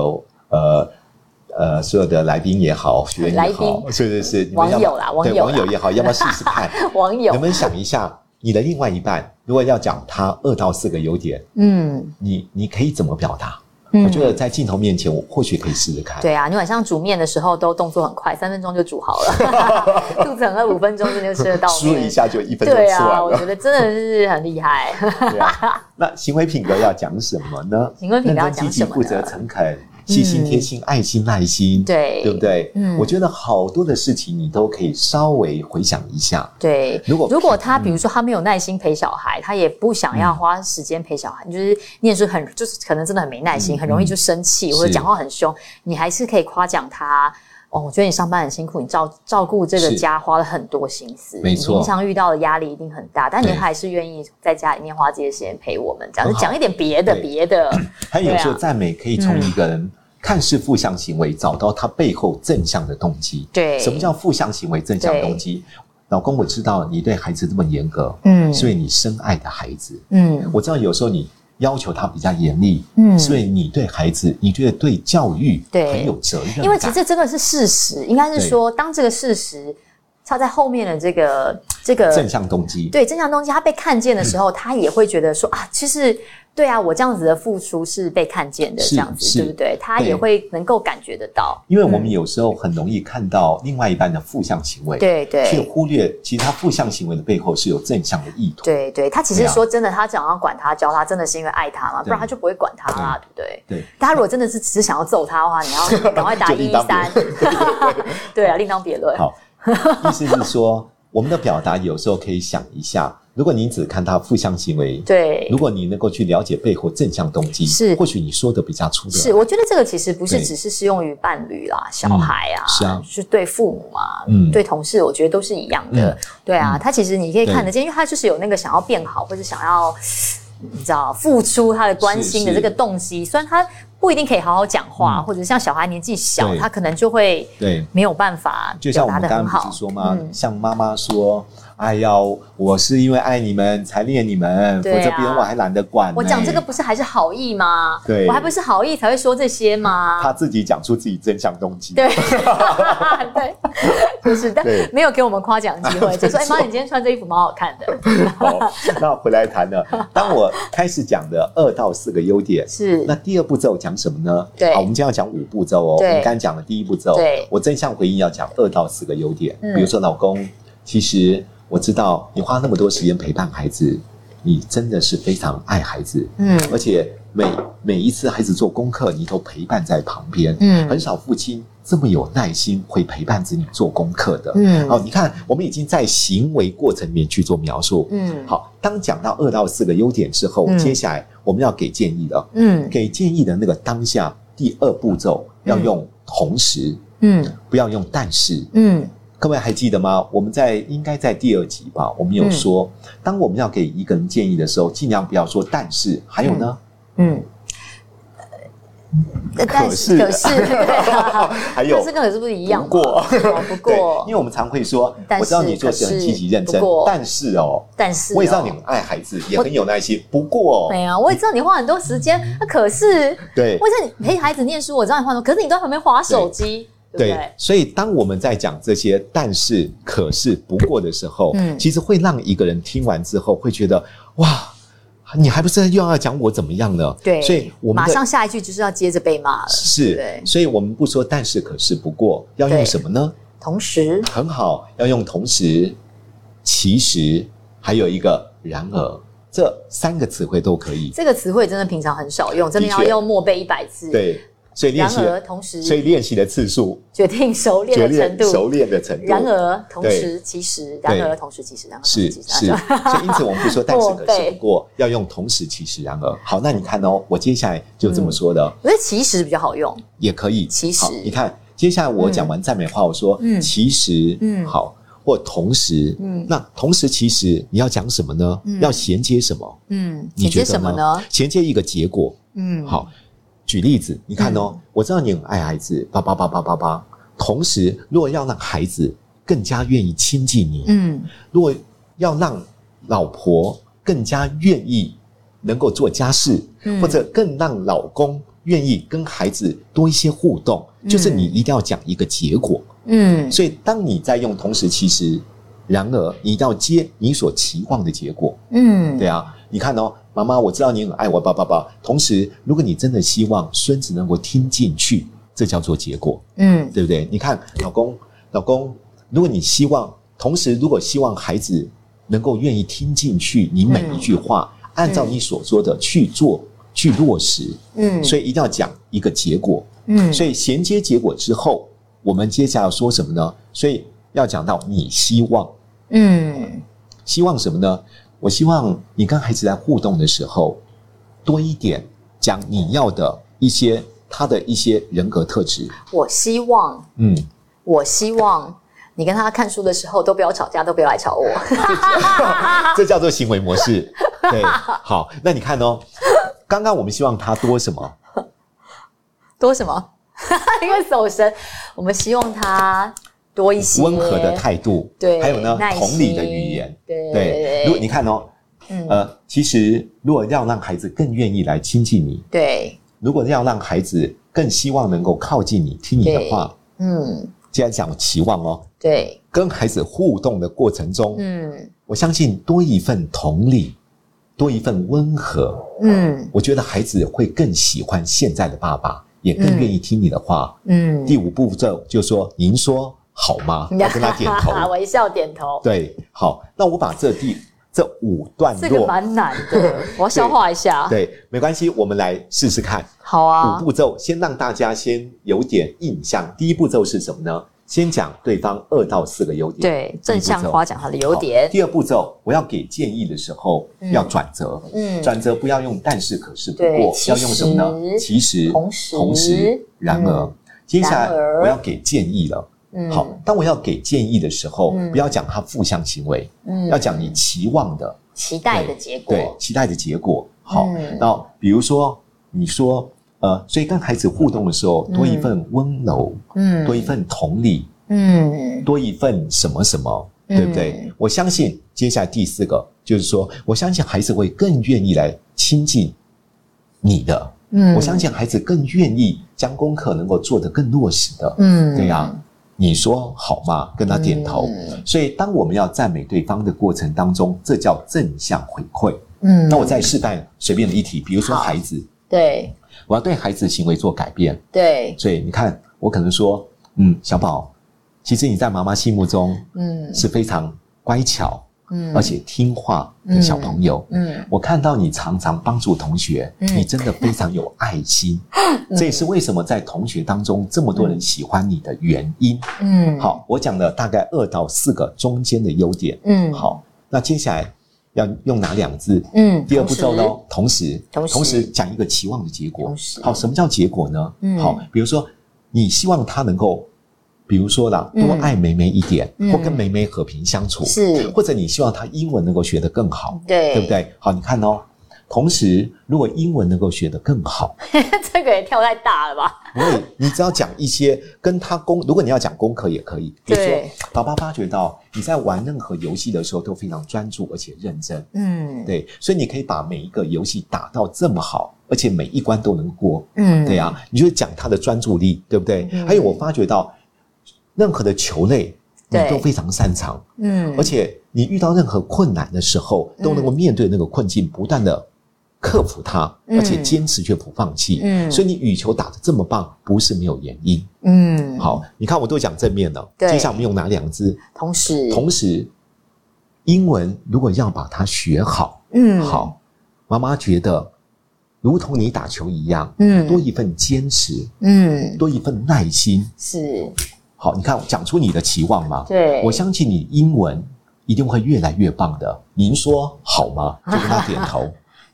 B: 呃呃所有的来宾也好，学员也
D: 啊来
B: 好，是是是，你
D: 网
B: 们要不
D: 友啦网
B: 对
D: 友
B: 网友也好，要不要试 试看？
D: 网友
B: 能，不能想一下，你的另外一半如果要讲他二到四个优点，
D: 嗯
B: 你你可以怎么表达？
D: 嗯
B: 我觉得在镜头面前，我或许可以试试看。
D: 对啊，你晚上煮面的时候都动作很快，三分钟就煮好 了，肚子很饿，五分钟之内就吃得到
B: 输了一
D: 面。
B: 下就一分钟
D: 对
B: 吃
D: 啊，
B: 完
D: 我
B: 了。
D: 觉得真的是很厉害。
B: 对啊，那行为品格要讲什么呢？
D: 行为品格要讲
B: 认真积极、
D: 什么呢
B: 负责、诚恳、细心、
D: 嗯
B: 贴心、爱心、耐心，
D: 对
B: 对不对？
D: 嗯
B: 我觉得好多的事情你都可以稍微回想一下。
D: 对，
B: 如果
D: 他比如说他没有耐心陪小孩，他也不想要花时间陪小孩，就是念书很就是可能真的很没耐心，
B: 嗯
D: 很容易就生气
B: 是
D: 或者讲话很凶，你还是可以夸奖他。哦，我觉得你上班很辛苦，你照照顾这个
B: 是
D: 家花了很多心思，
B: 没错
D: 你平常遇到的压力一定很大，但你
B: 对
D: 还是愿意在家里面花这些时间陪我们，这样
B: 很
D: 就
B: 好
D: 讲一点别的
B: 对
D: 别的，
B: 还有时候
D: 对啊
B: 赞美可以从一个人看似负向行为，找到他背后正向的动机。
D: 对，
B: 什么叫负向行为、正向动机？老公，我知道你对孩子这么严格，
D: 嗯
B: 是因为你深爱的孩子。
D: 嗯
B: 我知道有时候你要求他比较严厉，
D: 嗯
B: 所以你对孩子，你觉得对教育
D: 对
B: 很有责任感，
D: 因为其实这真的是事实，应该是说，当这个事实它在后面的这个这个
B: 正向嗯动机，
D: 对正向东西，他被看见的时候，他也会觉得说啊，其实对啊，我这样子的付出是被看见的，
B: 是
D: 这样子
B: 是
D: 对不对？他也会能够感觉得到，
B: 因为我们有时候很容易看到另外一半的负向行为，，
D: 对
B: 却
D: 对。
B: 忽略其实他负向行为的背后是有正向的意图，
D: 对对，他其实
B: 对啊
D: 说真的，他想要管他、教他，真的是因为爱他嘛，
B: 对
D: 不然他就不会管他啦，对不对？
B: 对，
D: 但他如果真的是只是想要揍他的话，你 要赶快打
B: 就
D: 一
B: 另
D: 一
B: 当别
D: 三， 对啊，另当别论。
B: 好，意思是说我们的表达有时候可以想一下，如果你只看他负向行为，
D: 对
B: 如，果你能够去了解背后正向动机，
D: 是
B: 或许你说的比较粗略，
D: 是，我觉得这个其实不是
B: 对嗯
D: 只是适用于伴侣啦、小孩啊，
B: 是啊
D: 是对父母啊，
B: 嗯
D: 对同事，我觉得都是一样的。
B: 嗯
D: 对啊，他其实你可以看得见，因为他就是有那个想要变好，或者想要嗯你知道付出他的关心的
B: 是
D: 这
B: 是
D: 个动机，虽然他不一定可以好好讲话，
B: 嗯
D: 或者像小孩年纪小，
B: 对
D: 他可能就会
B: 对。
D: 没有办法
B: 就
D: 表
B: 像我
D: 达
B: 们
D: 的
B: 刚
D: 很
B: 刚
D: 好嗯
B: 不是。说嘛，像妈妈说：“哎呀，我是因为爱你们才练你们，否
D: 对啊
B: 则别人我还懒得管、
D: 我讲这个，不是还是好意吗？
B: 对
D: 我还不是好意才会说这些吗？
B: 他自己讲出自己正向动 机。
D: 对，对，就是，但
B: 对
D: 没有给我们夸奖的机 会，就说：“哎妈，你今天穿这衣服蛮好看的。
B: 好，哦那回来谈了。当我开始讲的二到四个优点”，
D: 是
B: 那，第二步骤讲什么呢？
D: 对
B: 好，我们今天要讲五步骤哦。我
D: 对
B: 们刚刚讲了第一步骤，
D: 对
B: 我正向回应要讲二到四个优点，
D: 嗯
B: 比如说老公，其实我知道你花那么多时间陪伴孩子，你真的是非常爱孩子，
D: 嗯
B: 而且每每一次孩子做功课，你都陪伴在旁边，
D: 嗯
B: 很少父亲这么有耐心会陪伴子女做功课的，好，
D: 嗯
B: 你看，我们已经在行为过程里面去做描述。
D: 嗯，，
B: 好，当讲到二到四个优点之后，
D: 嗯
B: 接下来我们要给建议了。
D: 嗯
B: 给建议的那个当下，第二步骤要用同时，
D: 嗯
B: 不要用但是。
D: 嗯
B: 各位还记得吗？我们在应该在第二
D: 嗯
B: 集吧，我们有说，当我们要给一个人建议的时候，尽量不要说但是，还有呢，
D: 嗯，呃但是
B: 可
D: 可
B: 是
D: 是对 啊，
B: 还有
D: 可是跟可是不是一样吗？
B: 不过
D: 哦不
B: 对，
D: 过
B: 因为我们常会说，
D: 但
B: 我知道
D: 是
B: 你做事
D: 可
B: 很
D: 是
B: 积极认真
D: 不，过
B: 但是哦，
D: 但是
B: 我也知道
D: 哦
B: 你很爱孩子，也很有耐心。不过哦，
D: 对啊，我也知道你花很多时间，那可是
B: 对
D: 我知道你陪孩子念书，我知道你花很多，可是你都在旁边划手机，对不
B: 对
D: 对？，
B: 所以当我们在讲这些但是、可是、不过的时候，
D: 嗯
B: 其实会让一个人听完之后会觉得，哇，你还不是又要讲我怎么样呢？
D: 对，
B: 所以我们
D: 马
B: 的
D: 上下一句就是要接着被骂了。
B: 是
D: 对，
B: 所以我们不说但是、可是、不过，要用
D: 对
B: 什么呢？
D: 同时，
B: 很好，要用同时、其实，还有一个然而这三个词汇都可以。
D: 这个词汇真的平常很少用，真的
B: 的
D: 要
B: 确
D: 用默背一百字。，
B: 对，所以练
D: 然
B: 习的，
D: 而同时
B: 所以练习的次数，
D: 决定熟练
B: 决
D: 的程
B: 定熟
D: 度。
B: 练的程度。
D: 然而同
B: 对
D: 时，其实，然
B: 对
D: 而同时，其实，然而同
B: 是
D: 时，其实，啊
B: 是，
D: 然
B: 所
D: 而
B: 以因此我们不 说但是
D: 哦
B: 可是
D: 对
B: 不过，要用同时其实然而。好，那你看哦，我接下来就这么说的，
D: 我觉得其实比较好用。
B: 也可以。
D: 嗯其实
B: 好你看，接下来我讲完赞美话，我说
D: 嗯
B: 其实
D: 嗯
B: 好，或同时，
D: 嗯
B: 那同时其实你要讲什么呢？
D: 嗯
B: 要衔接什么？
D: 嗯，
B: 你
D: 衔
B: 觉
D: 接
B: 得
D: 什么呢？？
B: 衔接一个结果。
D: 嗯，，
B: 好，举例子，你看哦，我知道你很爱孩子，叭叭叭叭叭叭。同时，如果要让孩子更加愿意亲近你，
D: 嗯，
B: 如果要让老婆更加愿意能够做家事，
D: 嗯
B: 或者更让老公愿意跟孩子多一些互动，
D: 嗯
B: 就是你一定要讲一个结果。
D: 嗯，
B: 所以，当你在用同时其实，然而你一定要接你所期望的结果。
D: 嗯，
B: 对啊，你看哦，妈妈，我知道你很爱我，爸爸爸。同时，如果你真的希望孙子能够听进去，这叫做结果，
D: 嗯，
B: 对不对？你看，老公，老公，如果你希望，同时如果希望孩子能够愿意听进去你每一句话，按照你所说的去做。去落实，
D: 嗯，
B: 所
D: 以，
B: 以一定要讲一个结果。
D: 嗯，
B: 所
D: 以，
B: 以衔接结果之后，我们接下来要说什么呢？所以要讲到你希望，
D: 嗯，
B: 希望什么呢？我希望你跟孩子在互动的时候，多一点讲你要的一些他的一些人格特质。
D: 我希望
B: 嗯，
D: 我希望你跟他看书的时候都不要吵架，都不要来 吵我。
B: 这叫做行为模式。对，好，那你看哦，刚刚我们希望他多什么？
D: 多什么？ 一个手神，我们希望他多一些
B: 温和的态度，
D: 对，
B: 还有呢
D: 耐，心
B: 同理的语言，，
D: 对
B: 对。
D: 对
B: 如果你看哦，
D: 嗯，
B: 呃，其实如果要让孩子更愿意来亲近你，
D: 对，
B: 如果要让孩子更希望能够靠近你、听你的话，
D: 嗯，
B: 既然讲期望哦，
D: 对，
B: 跟孩子互动的过程中，
D: 嗯
B: 我相信多一份同理，多一份温和，
D: 嗯
B: 我觉得孩子会更喜欢现在的爸爸，也更
D: 嗯
B: 愿意听你的话。
D: 嗯，
B: 第五步骤就说：“您说好 吗？”要跟他点头。
D: 微笑点头。
B: 对，好，那我把这第这五段
D: 这个
B: 落，
D: 蛮难的，我要消化一下。
B: 对，没关系，我们来试试看。
D: 好啊
B: 五，步骤，先让大家先有点印象。第一步骤是什么呢？先讲对方二到四个优点。
D: 对，正向
B: 第一步骤
D: 夸奖他的优点
B: 好。第二步骤，我要给建议的时候、
D: 嗯
B: 要转折，
D: 嗯
B: 转折不要用但是、可是、不
D: 对
B: 过，
D: 其
B: 要用什么呢？
D: 实
B: 其实、
D: 同时
B: 同时、然而。
D: 嗯
B: 接下来
D: 然而
B: 我要给建议了。
D: 嗯
B: 好，当我要给建议的时候，
D: 嗯
B: 不要讲他负向行为，
D: 嗯
B: 要讲你期望的、
D: 期待的结果。
B: 对期待的结果。好，
D: 嗯
B: 那比如说你说呃，所以跟孩子互动的时候，多一
D: 嗯
B: 份温柔，
D: 嗯
B: 多一份同理，
D: 嗯
B: 多一份什么什么，
D: 嗯
B: 对不对？我相信接下来第四个就是说，我相信孩子会更愿意来亲近你的，
D: 嗯
B: 我相信孩子更愿意将功课能够做得更落实的，
D: 嗯
B: 对呀、你说好吗？跟他点头。
D: 嗯
B: 所以，当我们要赞美对方的过程当中，这叫正向回馈。
D: 嗯
B: 那我再试带随便的一题，比如说
D: 好
B: 孩子，
D: 对
B: 我要对孩子行为做改变，
D: 对，
B: 所以你看，我可能说，嗯，小宝，其实你在妈妈心目中
D: 嗯
B: 是非常乖
D: 嗯
B: 巧、而且听话的小朋友。
D: 嗯
B: 我看到你常常帮助同学，
D: 嗯
B: 你真的非常有 爱心，这也是为什么在同学当中这么多人喜欢你的原因。
D: 嗯，
B: 好，我讲了大概二到四个中间的优点。
D: 嗯
B: 好，那接下来要用哪两字？
D: 嗯，
B: 第二步骤呢，同时
D: 同时
B: 讲一个期望的结果
D: 同时。
B: 好，什么叫结果呢？
D: 嗯
B: 好，比如说你希望他能够，比如说啦，
D: 嗯
B: 多爱梅梅一点，
D: 嗯
B: 或跟梅梅和平相处，
D: 是
B: 或者你希望他英文能够学得更好，
D: 对
B: 对不？对？好，你看哦，同时，如果英文能够学得更好，
D: 这个也跳太大了吧？
B: 所以你只要讲一些跟他功，如果你要讲功课也可以，比如说
D: 对
B: 宝宝发觉到你在玩任何游戏的时候都非常专注而且认真，
D: 嗯，
B: 对，啊所以你可以把每一个游戏打到这么好，而且每一关都能过，
D: 嗯
B: 对，啊，你就讲他的专注力，对不对？
D: 嗯
B: 还有我发觉到任何的球类你
D: 对
B: 都非常擅长，
D: 嗯
B: 而且你遇到任何困难的时候都能够面对那个困境，不断的。克服它，
D: 嗯
B: 而且坚持却不放弃。
D: 嗯
B: 所以你羽球打得这么棒，不是没有原因。
D: 嗯，
B: 好，你看我都讲正面了，
D: 对
B: 接下来我们用哪两个字？
D: 同时，
B: 同时，英文如果要把它学好，
D: 嗯，
B: 好，妈妈觉得，如同你打球一样，
D: 嗯
B: 多一份坚持，
D: 嗯，
B: 多一份耐心。
D: 是，
B: 好，你看讲出你的期望嘛，
D: 对，
B: 我相信你英文一定会越来越棒的。您说好 吗？就跟他点头，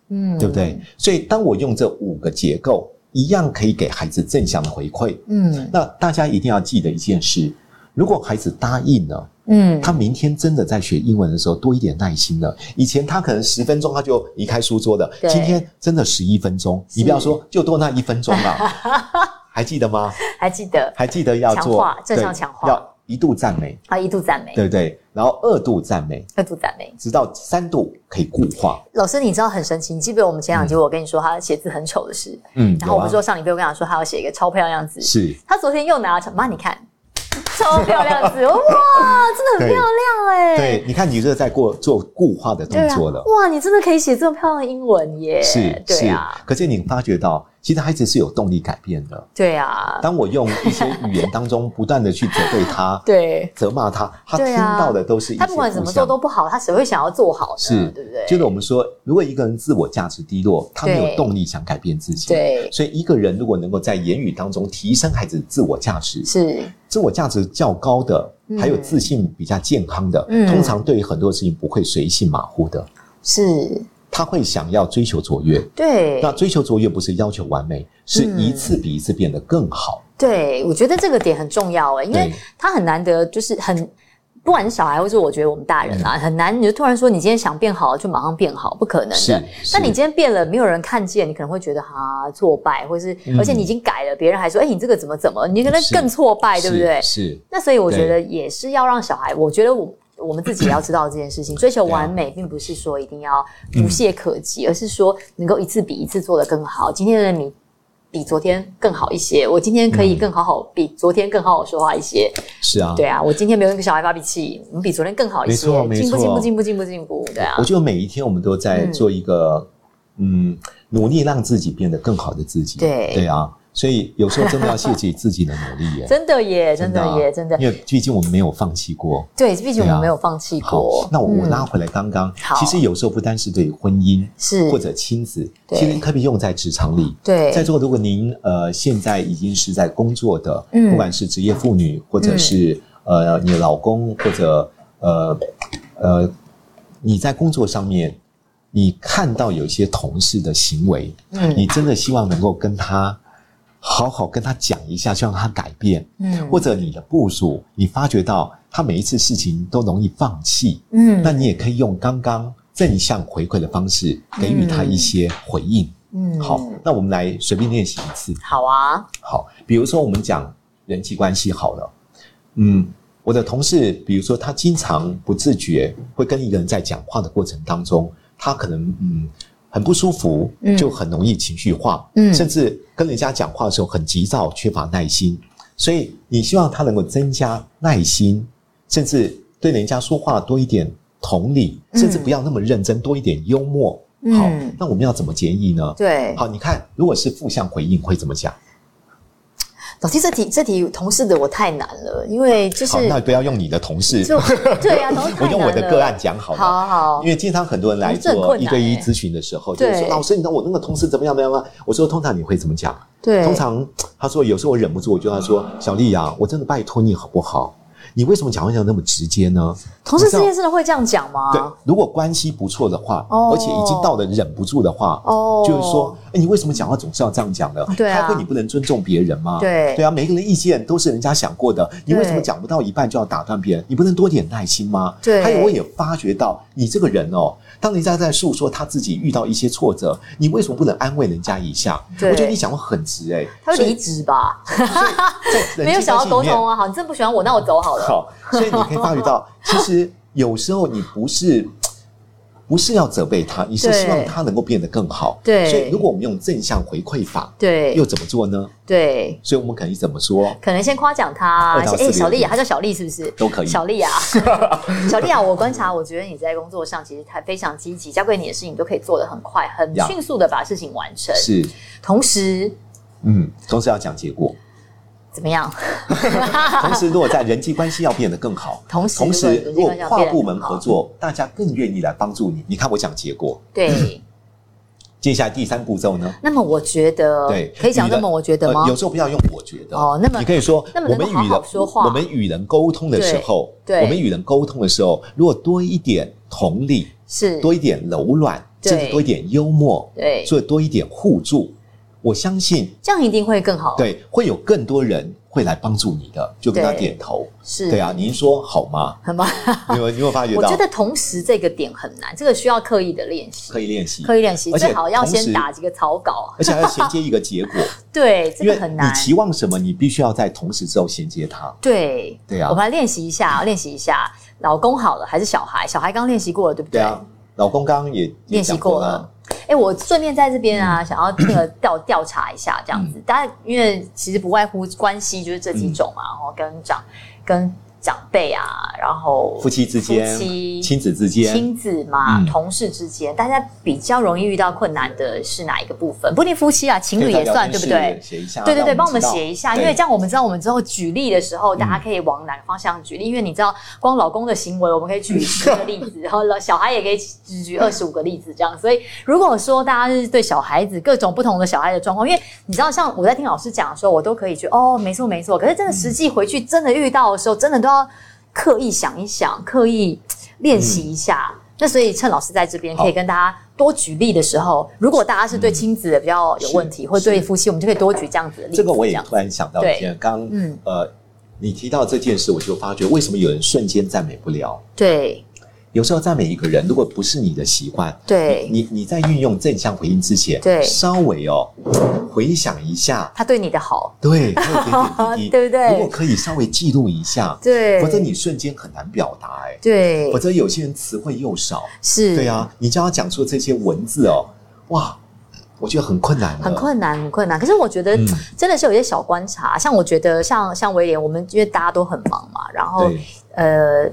D: 嗯，
B: 对不对？？所以当我用这五个结构，一样可以给孩子正向的回馈。
D: 嗯
B: 那大家一定要记得一件事：如果孩子答应了，
D: 嗯，
B: 他明天真的在学英文的时候多一点耐心了。以前他可能十分钟他就离开书桌的，
D: 对
B: 今天真的十一分钟，
D: 是
B: 你不要说就多那一分钟啦， 还记得吗？
D: 还记得
B: 还记得要
D: 强
B: 做
D: 化正向
B: 对
D: 强化
B: 要一度赞美，
D: 啊，一度赞美，
B: 对不对？然后二度赞美，
D: 二度赞美。
B: 直到三度可以固化。
D: 老师，你知道很神奇，你记不记得我们前两集我跟你说他写字很丑的事，
B: 嗯，
D: 然后我不是
B: 有
D: 说上礼拜我跟他说他要写一个超漂亮的字
B: 啊，是
D: 他昨天又拿了，妈你看，超漂亮的 字，哇，真的很漂亮哎、
B: 对，你看你这个在过做固化的动
D: 对啊
B: 作了。
D: 哇，你真的可以写这么漂亮的英文耶！
B: 是
D: 对
B: 是
D: 啊，，
B: 可是你发觉到，其实孩子是有动力改变的。
D: 对啊，
B: 当我用一些语言当中不断的去责备他、
D: 对，
B: 责骂他，他
D: 对
B: 听
D: 啊
B: 到的都是一些
D: 他不管怎么做
B: 互相
D: 都不好，他只会想要做好呢，
B: 是
D: 对不对？
B: 就是我们说，如果一个人自我价值低落，他没
D: 对
B: 有动力想改变自己。。
D: 对，
B: 所以，一个人如果能够在言语当中提升孩子自我价值，
D: 是，
B: 自我价值较高的，
D: 嗯
B: 还有自信比较健康的，
D: 嗯
B: 通常对于很多事情不会随性马虎的，
D: 是，
B: 他会想要追求卓越。
D: 对
B: 那，追求卓越不是要求完美，是
D: 嗯
B: 一次比一次变得更好。
D: 对，我觉得这个点很重要哎，因为
B: 对
D: 他很难得，就是很。不管是小孩，或是我觉得我们大人啊，
B: 嗯
D: 很难。你就突然说你今天想变好，就马上变好，不可能
B: 是
D: 的。，
B: 是
D: 那你今天变了，没有人看见，你可能会觉得哈、挫败，或是、
B: 嗯
D: 而且你已经改了，别人还说哎、你这个怎么怎么，你可能
B: 是
D: 更挫败，对不对？
B: 是是
D: 那所以我觉得也是要让小孩，我觉得我我们自己也要知道这件 事情。追求完美，并不是说一定要无懈可击，而是说能够一次比一次做得更好。今天的你比昨天更好一些，我今天可以
B: 嗯
D: 更好好比昨天更好好说话一些。
B: 是啊，
D: 对啊，我今天没有跟小孩发脾气，我们比昨天更好一些，
B: 没错没
D: 进步
B: 错
D: 进步进步进步进步，对啊
B: 我，觉得每一天我们都在做一个，嗯努力让自己变得更好的自己。
D: 对
B: 对啊，所以有时候真的要谢谢自己的努力 耶，
D: 真的耶，真
B: 啊
D: 的耶，真的。
B: 因为毕竟我们没有放弃过。
D: 对，毕竟我
B: 对
D: 们
B: 啊
D: 没有放弃过
B: 好。，那我我
D: 嗯
B: 拉回来刚刚
D: 好，
B: 其实有时候不单是对婚姻
D: 是
B: 或者亲子，
D: 对
B: 其实可以用在职场里。
D: 对，
B: 在座，如果您呃现在已经是在工作的，
D: 嗯
B: 不管是职业妇女，或者是、呃你的老公，或者呃呃你在工作上面，你看到有一些同事的行为，
D: 嗯
B: 你真的希望能够跟他好好跟他讲一下，就让他改变，
D: 嗯
B: 或者你的部署，你发觉到他每一次事情都容易放弃，
D: 嗯
B: 那你也可以用刚刚正向回馈的方式给予他一些回应。
D: 嗯
B: 好，那我们来随便练习一次。
D: 好啊，
B: 好，比如说我们讲人际关系好了，嗯，我的同事，比如说他经常不自觉会跟一个人在讲话的过程当中，他可能嗯很不舒服
D: 嗯，
B: 就很容易情绪化，
D: 嗯
B: 甚至跟人家讲话的时候很急躁，缺乏耐心。所以你希望他能够增加耐心，甚至对人家说话多一点同理，甚至
D: 嗯
B: 不要那么认真，多一点幽默。好
D: 嗯，
B: 那我们要怎么建议呢？
D: 对，
B: 好，你看，如果是负向回应会怎么讲？
D: 老师，这题这题同事的我太难了，因为就是
B: 好，那不要用你的同事，
D: 就对啊，同事
B: 我
D: 太难了。
B: 用我的个案，讲好了。
D: 好好
B: 因，为经常很多人来
D: 哦这很
B: 做
D: 困
B: 一
D: 难欸
B: 对一咨询的时候，就是
D: 对
B: 说老师，你知道我那个同事怎么样怎么样吗？我说通常你会怎么讲？
D: 对，
B: 通常他说有时候我忍不住，我就跟他说小丽啊，我真的拜托你好不好？你为什么讲话讲得那么直接呢？
D: 同事之
B: 你
D: 间
B: 知道
D: 真的会这样讲吗？
B: 对，如果关系不错的话，
D: 啊哦
B: 而且已经到了忍不住的话，
D: 哦
B: 就是说，哎，你为什么讲话总是要这样讲呢？
D: 对啊
B: 开会你不能尊重别人吗？
D: 对
B: 对啊，每个人意见都是人家想过的，你为什么
D: 对
B: 讲不到一半就要打断别人？你不能多点耐心吗？
D: 对
B: 还有我也发觉到你这个人哦，当人家在诉说他自己遇到一些挫折，你为什么不能安慰人家一下？
D: 对
B: 我觉得你讲话很直哎、
D: 他会
B: 所以
D: 离职吧？
B: 在人际
D: 没有想要
B: 关系里
D: 沟
B: 面
D: 通啊，好，你真不喜欢我，那我走好了。
B: 好，所以你可以发觉到，其实有时候你不是。不是要责备他，你是
D: 对
B: 希望他能够变得更好。
D: 对
B: 所以如果我们用正向回馈法，又
D: 对
B: 怎么做呢？
D: 对，
B: 所以我们可以怎么说
D: 可能先夸奖他，
B: 二到四
D: 哎，
B: 个
D: 小丽
B: 月
D: 啊，她叫小丽是不是？
B: 都可以。
D: 小丽 啊，小丽啊，我观察，我觉得你在工作上其实还非常积极，交给你的事情都可以做得很快，很
B: 呀
D: 迅速的把事情完成。
B: 是，
D: 同时，
B: 嗯，同时要讲 结果，
D: 怎么样？，
B: 同时如果在人际关系要变得更好
D: 同时，
B: 同时
D: 如
B: 如
D: 果
B: 果
D: 人际关系要
B: 跨
D: 变得
B: 部门
D: 更好
B: 合，作，大家更愿意来帮助你。你看我讲结果，
D: 对。
B: 接下来第三步骤呢？
D: 那么我觉得，
B: 对，
D: 呃可以讲
B: 你的
D: 那么我觉得吗
B: 呃？有时候不要用我觉得
D: 哦那么
B: 你可以说，
D: 那么
B: 我
D: 能够
B: 们与人
D: 好好说话
B: 我们与人沟通的时候，
D: 对对
B: 我们与人沟通的时候，如果多一点同理，
D: 是，
B: 多一点柔软，
D: 对
B: 甚至多一点幽默，
D: 对，
B: 所以多一点互助，我相信
D: 这样一定会更好。，
B: 对会有更多人会来帮助你的，就跟他
D: 对
B: 点头。
D: 是，
B: 对啊，，您说好 吗？
D: 很棒。
B: 你有你有发觉
D: 我
B: 到
D: 觉？得同时这个点很难，这个需要刻意的练习，
B: 可以练 习，
D: 刻意练习，
B: 而且
D: 最好要
B: 同
D: 先
B: 时
D: 打几个草稿。
B: 而且还要衔接一个结 果，
D: 对，这
B: 因为
D: 个很
B: 你
D: 难。
B: 期望什么，你必须要在同时之后衔接它。
D: 对，
B: 对啊
D: 我们来练习一下，练习一下，老公好了还是小孩？小孩刚练习过了，对不
B: 对
D: 对？
B: 啊，老公刚刚也也
D: 练习
B: 讲
D: 过
B: 了嗯
D: 了。。哎、我顺便在这边啊，想要那 个调调查一下，这样子，大家因为其实不外乎关系就是这几种嘛，
B: 嗯
D: 然后跟长跟长辈啊，然后
B: 夫妻之间
D: 夫、妻
B: 亲子之间，
D: 亲子嘛，
B: 嗯
D: 同事之间，大家比较容易遇到困难的是哪一个部分？不一定夫妻啊，情
B: 可
D: 侣
B: 以在
D: 也
B: 聊
D: 算，对
B: 天
D: 不
B: 室
D: 对？
B: 写一下，
D: 对对对，
B: 让
D: 帮我们
B: 知道
D: 写一下，因
B: 对嗯
D: 为这样我们知道我们之后举例的时候，大家可以往哪个方向举例。因为你知道，光老公的行为，我们可以举十个例子，然后小孩也可以举举二十五个例子这样。所以，如果说大家是对小孩子各种不同的小孩的状况，因为你知道，像我在听老师讲的时候，我都可以去哦，没错没错。可是真的实际回去真的遇到的时候，真的都要刻意想一想，刻意练习一下。那所以趁老师在这边，
B: 好
D: 可以跟大家多举例的时候，如果大家是对亲子的比较有问题，
B: 是
D: 或对
B: 是
D: 夫妻，我们就可以多举这样子的例子。
B: 这个我也
D: 样
B: 突然想到一件，刚
D: 嗯
B: 呃，你提到这件事，我就发觉为什么有人瞬间赞美不了。
D: 对
B: 有时候赞美一个人，如果不是你的习惯，
D: 对，
B: 你你在运用正向回应之前，
D: 对
B: 稍微哦回想一下，
D: 他对你的好，
B: 对，还有点点滴滴，
D: 对不对
B: 如果可以稍微记录一下，
D: 对
B: 否则你瞬间很难表达，哎，
D: 对
B: 否则有些人词汇又少，
D: 是，
B: 对啊，你叫他讲出这些文字哦，哇，我觉得很困难了，
D: 很困难，很困难。可是我觉得
B: 嗯
D: 真的是有一些小观察，像我觉得像像威廉，我们因为大家都很忙嘛，然后
B: 对，
D: 呃，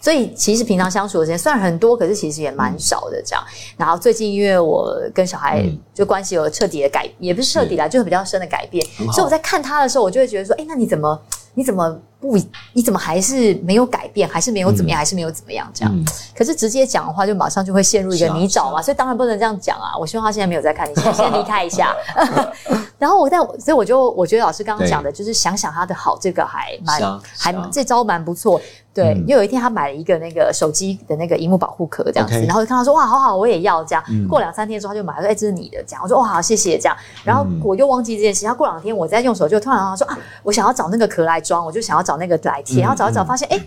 D: 所以其实平常相处的时间虽然很多，可是其实也蛮少的这样。然后最近因为我跟小孩
B: 嗯
D: 就关系有彻底的改，也不是彻底啦，就是比较深的改变。
B: 很好
D: 所以我在看他的时候，我就会觉得说，哎，那你怎么你怎么不你怎么还是没有改变，还是没有怎么样，还是没有怎么样这样？
B: 嗯，
D: 可是直接讲的话，就马上就会陷入一个
B: 是啊
D: 泥沼嘛，
B: 是啊
D: 所以当然不能这样讲啊。我希望他现在没有在看 你，先先离开一下。 然后我在，所以我就我觉得老师刚刚讲的，就是想想他的好，这个还蛮、
B: 是啊
D: 还
B: 是啊
D: 这招蛮不错。对，
B: 嗯
D: 因为有一天他买了一个那个手机的那个荧幕保护壳这样子，
B: OK
D: 然后就看到说哇，好好，我也要这样。
B: 嗯
D: 过两三天之后他就买了，说哎，这是你的这样。我说哇，好，谢谢这样。然后
B: 嗯
D: 我又忘记这件事，情，他过两天我在用手机，我突然好像说啊，我想要找那个壳来装，我就想要找那个来贴，
B: 嗯
D: 然后找一找
B: 嗯
D: 发现哎。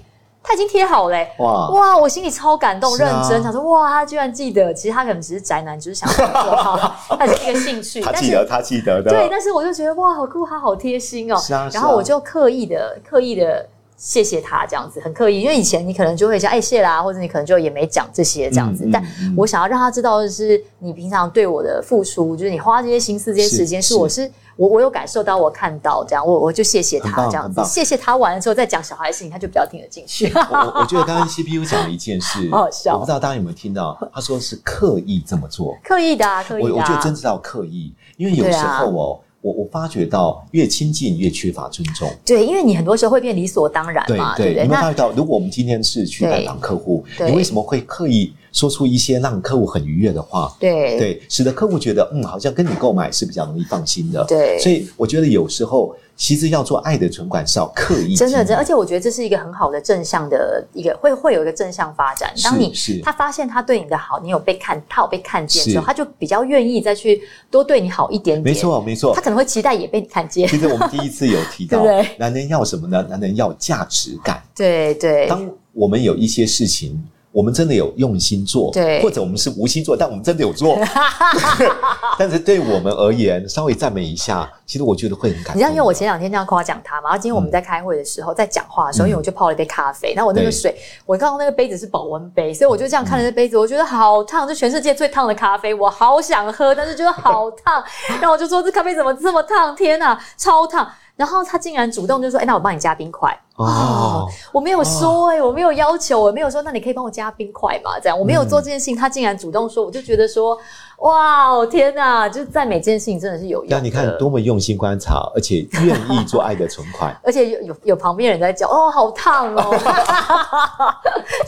D: 他已经贴好哎嘞、
B: 哇，
D: 哇，我心里超感动，
B: 啊是
D: 认
B: 啊
D: 真想说，哇，他居然记得。其实他可能只是宅男，只是想要做 好，他只是一个兴趣。
B: 他
D: 但
B: 记
D: 是
B: 得，他记得的，
D: 对，但是我就觉得哇，好酷，他好贴心哦。
B: 是啊是
D: 然
B: 啊
D: 后我就刻意的、刻意的谢谢他，这样子很刻意，因为以前你可能就会讲哎谢啦，或者你可能就也没讲这些这样子，
B: 嗯嗯
D: 但
B: 嗯
D: 我想要让他知道的是，你平常对我的付出，就是你花这些心思、这些
B: 是
D: 时间，是
B: 是
D: 我是。我我有感受到，我看到这样，我我就谢谢
B: 很
D: 他
B: 棒
D: 这样
B: 很
D: 子，
B: 棒
D: 谢谢他完了之后再讲小孩的事情，他就比较听得进去。
B: 我我我觉得刚刚 CPU 讲了一件事，
D: 好好笑
B: 我不知道大家有没有听到，他说是刻意这么做，
D: 刻意的、啊，刻意的、啊。
B: 我我觉得真是要刻意，因为有
D: 对
B: 时
D: 啊
B: 候哦，我我发觉到越亲近越缺乏尊重。
D: 对，因为你很多时候会变理所当然
B: 对
D: 嘛，对
B: 对，
D: 不对？
B: 你们发
D: 那
B: 觉到，如果我们今天是去拜访客户，
D: 对
B: 你为什么会刻意说出一些让客户很愉悦的话？
D: 对
B: 对，使得客户觉得，嗯，好像跟你购买是比较容易放心的。
D: 对
B: 所以我觉得有时候其实要做爱的存款是要刻意经
D: 真
B: 营，
D: 的真的，而且我觉得这是一个很好的正向的一个会会有一个正向发展。当
B: 是
D: 你
B: 是
D: 他发现他对你的好，你有被看，他有被看见之后，
B: 是
D: 他就比较愿意再去多对你好一点点。
B: 没，错没错
D: 他。可能会期待也被你看见。
B: 其实我们第一次有提 到
D: 对不对，
B: 男人要什么呢？男人要价值感。
D: 对对
B: 当我们有一些事情，我们真的有用心做，
D: 对
B: 或者我们是无心做，但我们真的有 做。但是对我们而言，稍微赞美一下，其实我觉得会很感动。
D: 你知道，因为我前两天这样夸奖他嘛，然后今天我们
B: 啊嗯
D: 在开会的时候，在讲话的时候，
B: 嗯
D: 因为我就泡了一杯咖啡，那我那个
B: 对嗯
D: 水，我刚刚那个杯子是保温杯，所以我就这样看着那杯子，我觉得好烫，这全世界最烫的咖啡，我好想喝，但是觉得好 烫，然后我就说这咖啡怎么这么烫？天哪，超烫！然后他竟然主动就说：“哎、那我帮你加冰块。”
B: 哦，
D: 我没有说哎、我没有要求，我没有说，那你可以帮我加冰块嘛？这样我没有
B: 嗯
D: 做这件事情，他竟然主动说，我就觉得说，哇，哦天哪！就是赞美这件事情真的是有用的。。
B: 啊让你看多么用心观察，而且愿意做爱的存款
D: 而且有有有旁边人在叫，哦，好烫哦，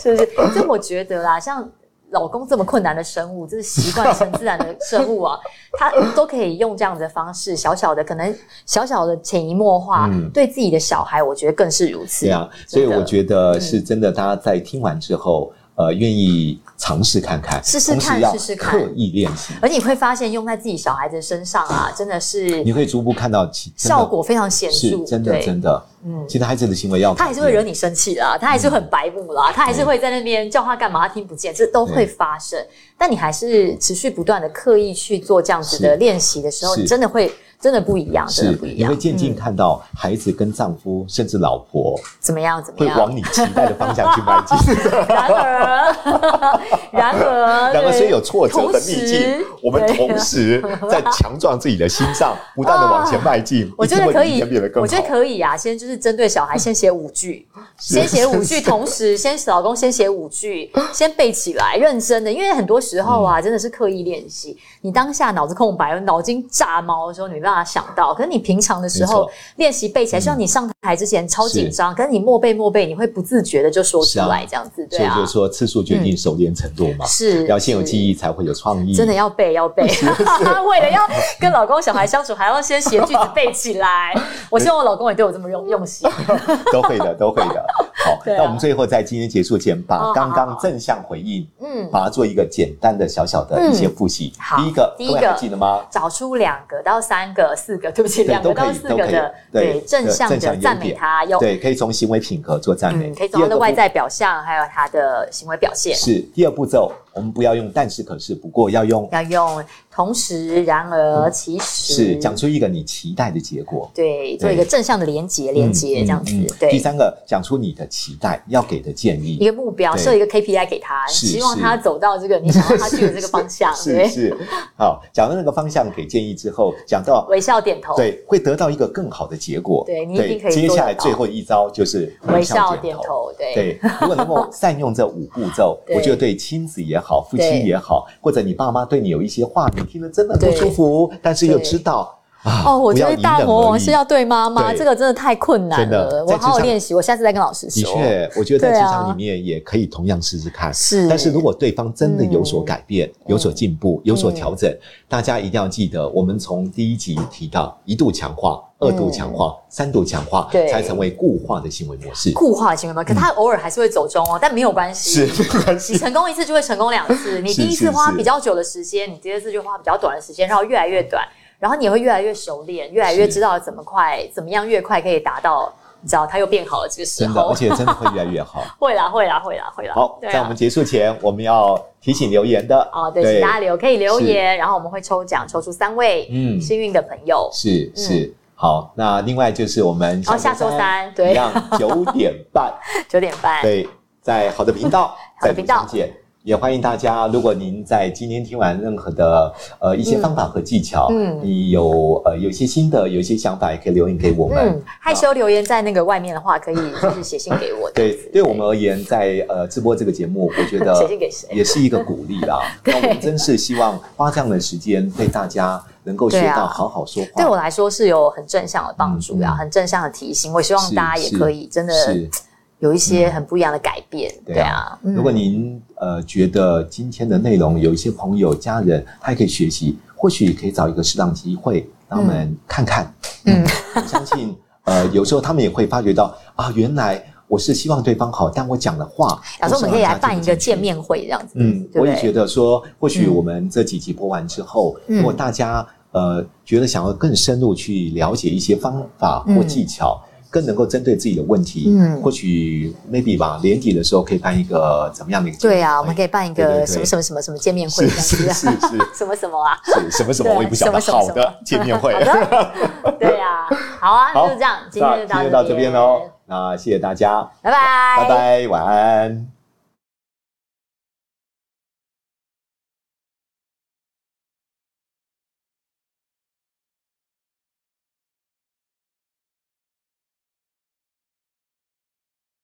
D: 是不是？所以我觉得啦，像老公这么困难的生物，就是习惯成自然的生物 啊，他都可以用这样子的方式，小小的，可能小小的潜移默化，
B: 嗯
D: 对自己的小孩，我觉得更 是如此。
B: 对啊，所以
D: 真的嗯
B: 我觉得是真的，大家在听完之后，呃，愿意尝试看看，
D: 试试
B: 同时
D: 看
B: 要
D: 试试看
B: 刻意练习，
D: 而且你会发现，用在自己小孩子身上啊，真的是
B: 你会逐步看到其真的
D: 效果非常显
B: 是
D: 著，
B: 真的
D: 对
B: 真的。
D: 嗯
B: 其实孩子的行为要
D: 他还是会
B: 改变
D: 惹你生气啦，他还是会很白目
B: 嗯
D: 啦，他还是会在那边叫他干嘛，他听不见，这都会发生。但你还是持续不断的刻意去做这样子的
B: 是
D: 练习的时候，
B: 是
D: 你真的会真的不一样，真的
B: 是
D: 不，一
B: 你
D: 样。
B: 会渐渐
D: 嗯
B: 看到孩子跟丈夫甚至老婆
D: 怎么样，怎么
B: 会
D: 样。
B: 往你期待的方向去迈 进。
D: 然而，然而，
B: 然而，
D: 对
B: 虽有挫折的逆
D: 同时
B: 境，我们
D: 对啊
B: 同时 在强壮自己的心脏，不断的往前迈进，
D: 我
B: 一
D: 觉
B: 定
D: 得
B: 会
D: 可
B: 比以
D: 以
B: 前变得，更
D: 我觉得
B: 好。
D: 可以啊。先就是针对小孩，先写五 句，先写五句，同时先老公先写五句，先背起来，认真的。因为很多时候
B: 嗯
D: 啊，真的是刻意练习。你当下脑子空白、脑筋炸毛的时候，你没办法想到。可是你平常的时
B: 没
D: 候
B: 错嗯
D: 练习背起来，像你上台之前超紧张，可是你默背默背，你会不自觉的就说出
B: 是啊
D: 来，这样子对
B: 所以
D: 啊
B: 就，说次数决定熟练程度嘛，
D: 是
B: 要先有
D: 是
B: 记忆才会有创意。
D: 真的要背要背， 为了要跟老公小孩相处，还要先写句子背起 来。我希望我老公也对我这么用用心。
B: 都会的，都会 的。好，
D: 对啊
B: 那我们最后在今天结束前，
D: 哦
B: 把刚
D: 好
B: 刚
D: 好
B: 正向回应，
D: 嗯，
B: 把它做一个简单的小小的一些复习。
D: 好
B: 第一个，
D: 第一个
B: 各位还记得吗？
D: 找出两个到三个、四个，对不起，
B: 对
D: 两个
B: 都可以
D: 到四个的
B: 都可以对
D: 正向
B: 正向
D: 的
B: 优
D: 赞美
B: 点
D: 他，要
B: 对，可以从行为品格做赞美，
D: 嗯，可以从他
B: 第
D: 的
B: 二个
D: 外
B: 部
D: 在表象，还有他的行为表现，
B: 是第二步骤，我们不要用但是、可是、不过，要用
D: 要用同时、然而、其实，
B: 是讲出一个你期待的结果。
D: 对，做一个正向的连接，连接这
B: 嗯
D: 样子
B: 嗯嗯，第
D: 对。
B: 三个，讲出你的期待，要给的建
D: 一
B: 议。
D: 个目标，
B: 对
D: 设一个 KPI 给他，
B: 是
D: 希望
B: 是
D: 他走到这个你想要他去的这个方向，
B: 是
D: 对，
B: 是，好，讲到那个方向给建议之后，讲到
D: 微笑点头，
B: 对，会得到一个更好的结果。
D: 对你一定可以
B: 接
D: 做
B: 下
D: 得
B: 来
D: 到
B: 最后一招就是
D: 微笑点。头，对，
B: 对，如果能
D: ，
B: 够善用这五步骤
D: 对
B: 我觉得对亲子也好，夫
D: 对
B: 妻也好，或者你爸妈对你有一些话，你听了真的不
D: 对
B: 舒服，但是又知道啊，
D: 哦，我
B: 不
D: 觉
B: 要
D: 得
B: 隐
D: 大
B: 忍
D: 魔
B: 而
D: 王
B: 已
D: 是要对妈妈，
B: 对
D: 这个真的太困难
B: 真的
D: 了。
B: 在
D: 我
B: 职
D: 好好
B: 场
D: 练习，我下次再跟老师
B: 的
D: 说。
B: 确，我觉得在
D: 对
B: 职
D: 啊
B: 场里面也可以同样试试看。
D: 是嗯
B: 但是如果对方真的有所改变、有所进步、有所调整，大家一定要记得，我们从第一集提到一度强化、二度强化、三度强化，
D: 嗯对
B: 才成为固化的行为模式。
D: 固化的行为吗？可他偶尔还是会走中哦，但没有关系。
B: 嗯是没关
D: 你
B: 系，
D: 成功一次就会成功两次，你
B: 是
D: 第一次
B: 是
D: 花
B: 是
D: 比较久的时间，你第二次就花比较短的时间，然后越来越短，然后你也会越来越熟练，越来越
B: 是
D: 知道怎么快，怎么样越快可以达到，你知道他又变好了这个时
B: 真的，
D: 候
B: 而。且真的会越来越好。
D: 会啦，会啦，会啦，会啦。
B: 好，
D: 对啊
B: 在我们结束前，我们要提醒留言的
D: 哦，对，请大家留可以留言，然后我们会抽奖抽出三位
B: 嗯
D: 幸运的朋友。
B: 是是。好，那另外就是我们
D: 嗯哦下周三对
B: 一样九点半，
D: 九点半，
B: 对，在好的频道，
D: 好的
B: 在
D: 频道
B: 路上见。也欢迎大家，如果您在今天听完任何的呃一些方法和技巧，
D: 嗯
B: 你有呃有一些新的，有一些想法，也可以留言给我们。
D: 嗯，害羞留言在那个外面的 话，可以就是写信给我。
B: 对，对我们而言，在呃直播这个 节目，我觉
D: 写
B: 得
D: 信给谁
B: 也是一个鼓励啦。
D: 对
B: 那我们真是希望花这样的时间，对大家能够学
D: 对啊
B: 到好好说话。
D: 对我来说是有很正向的帮助呀、
B: 嗯嗯
D: 很正向的提醒。我希望
B: 是
D: 大家也
B: 是
D: 可以真的
B: 是，
D: 有一些很不一样的改变，对
B: 对
D: 啊
B: 啊。
D: 嗯
B: 如果您呃觉得今天的内容有一些朋友、家人，他也可以学习，或许可以找一个适当机会，让我们看看。
D: 嗯
B: 嗯， 我相信呃有时候他们也会发觉到啊，原来我是希望对方好，但我讲的话，
D: 假设我们可以来办一个见
B: 面。
D: 面会这样子，
B: 嗯，
D: 对不
B: 我
D: 对
B: 也觉得说，或许我们这几集播完之后，
D: 嗯
B: 如果大家呃觉得想要更深入去了解一些方法
D: 嗯
B: 或技巧，更能够针对自己的问题。
D: 嗯
B: 或许 maybe 吧，年底的时候可以办一个怎么样的一个？
D: 对啊，我们可以办一
B: 对对
D: 个
B: 对
D: 什么什么什么什么见面会
B: 是
D: 这样
B: 是
D: 子
B: 是是
D: 啊， 什么什么啊，
B: 是什么什么 我也不晓得，
D: 对什么什么
B: 好的 见面会。
D: 好的，对啊，好啊，
B: 好
D: 就这样，今
B: 那
D: 天
B: 今
D: 就
B: 天就到
D: 到
B: 这
D: 这
B: 边
D: 边
B: 喽，，那谢谢大家，
D: 拜拜，
B: 拜拜，晚安。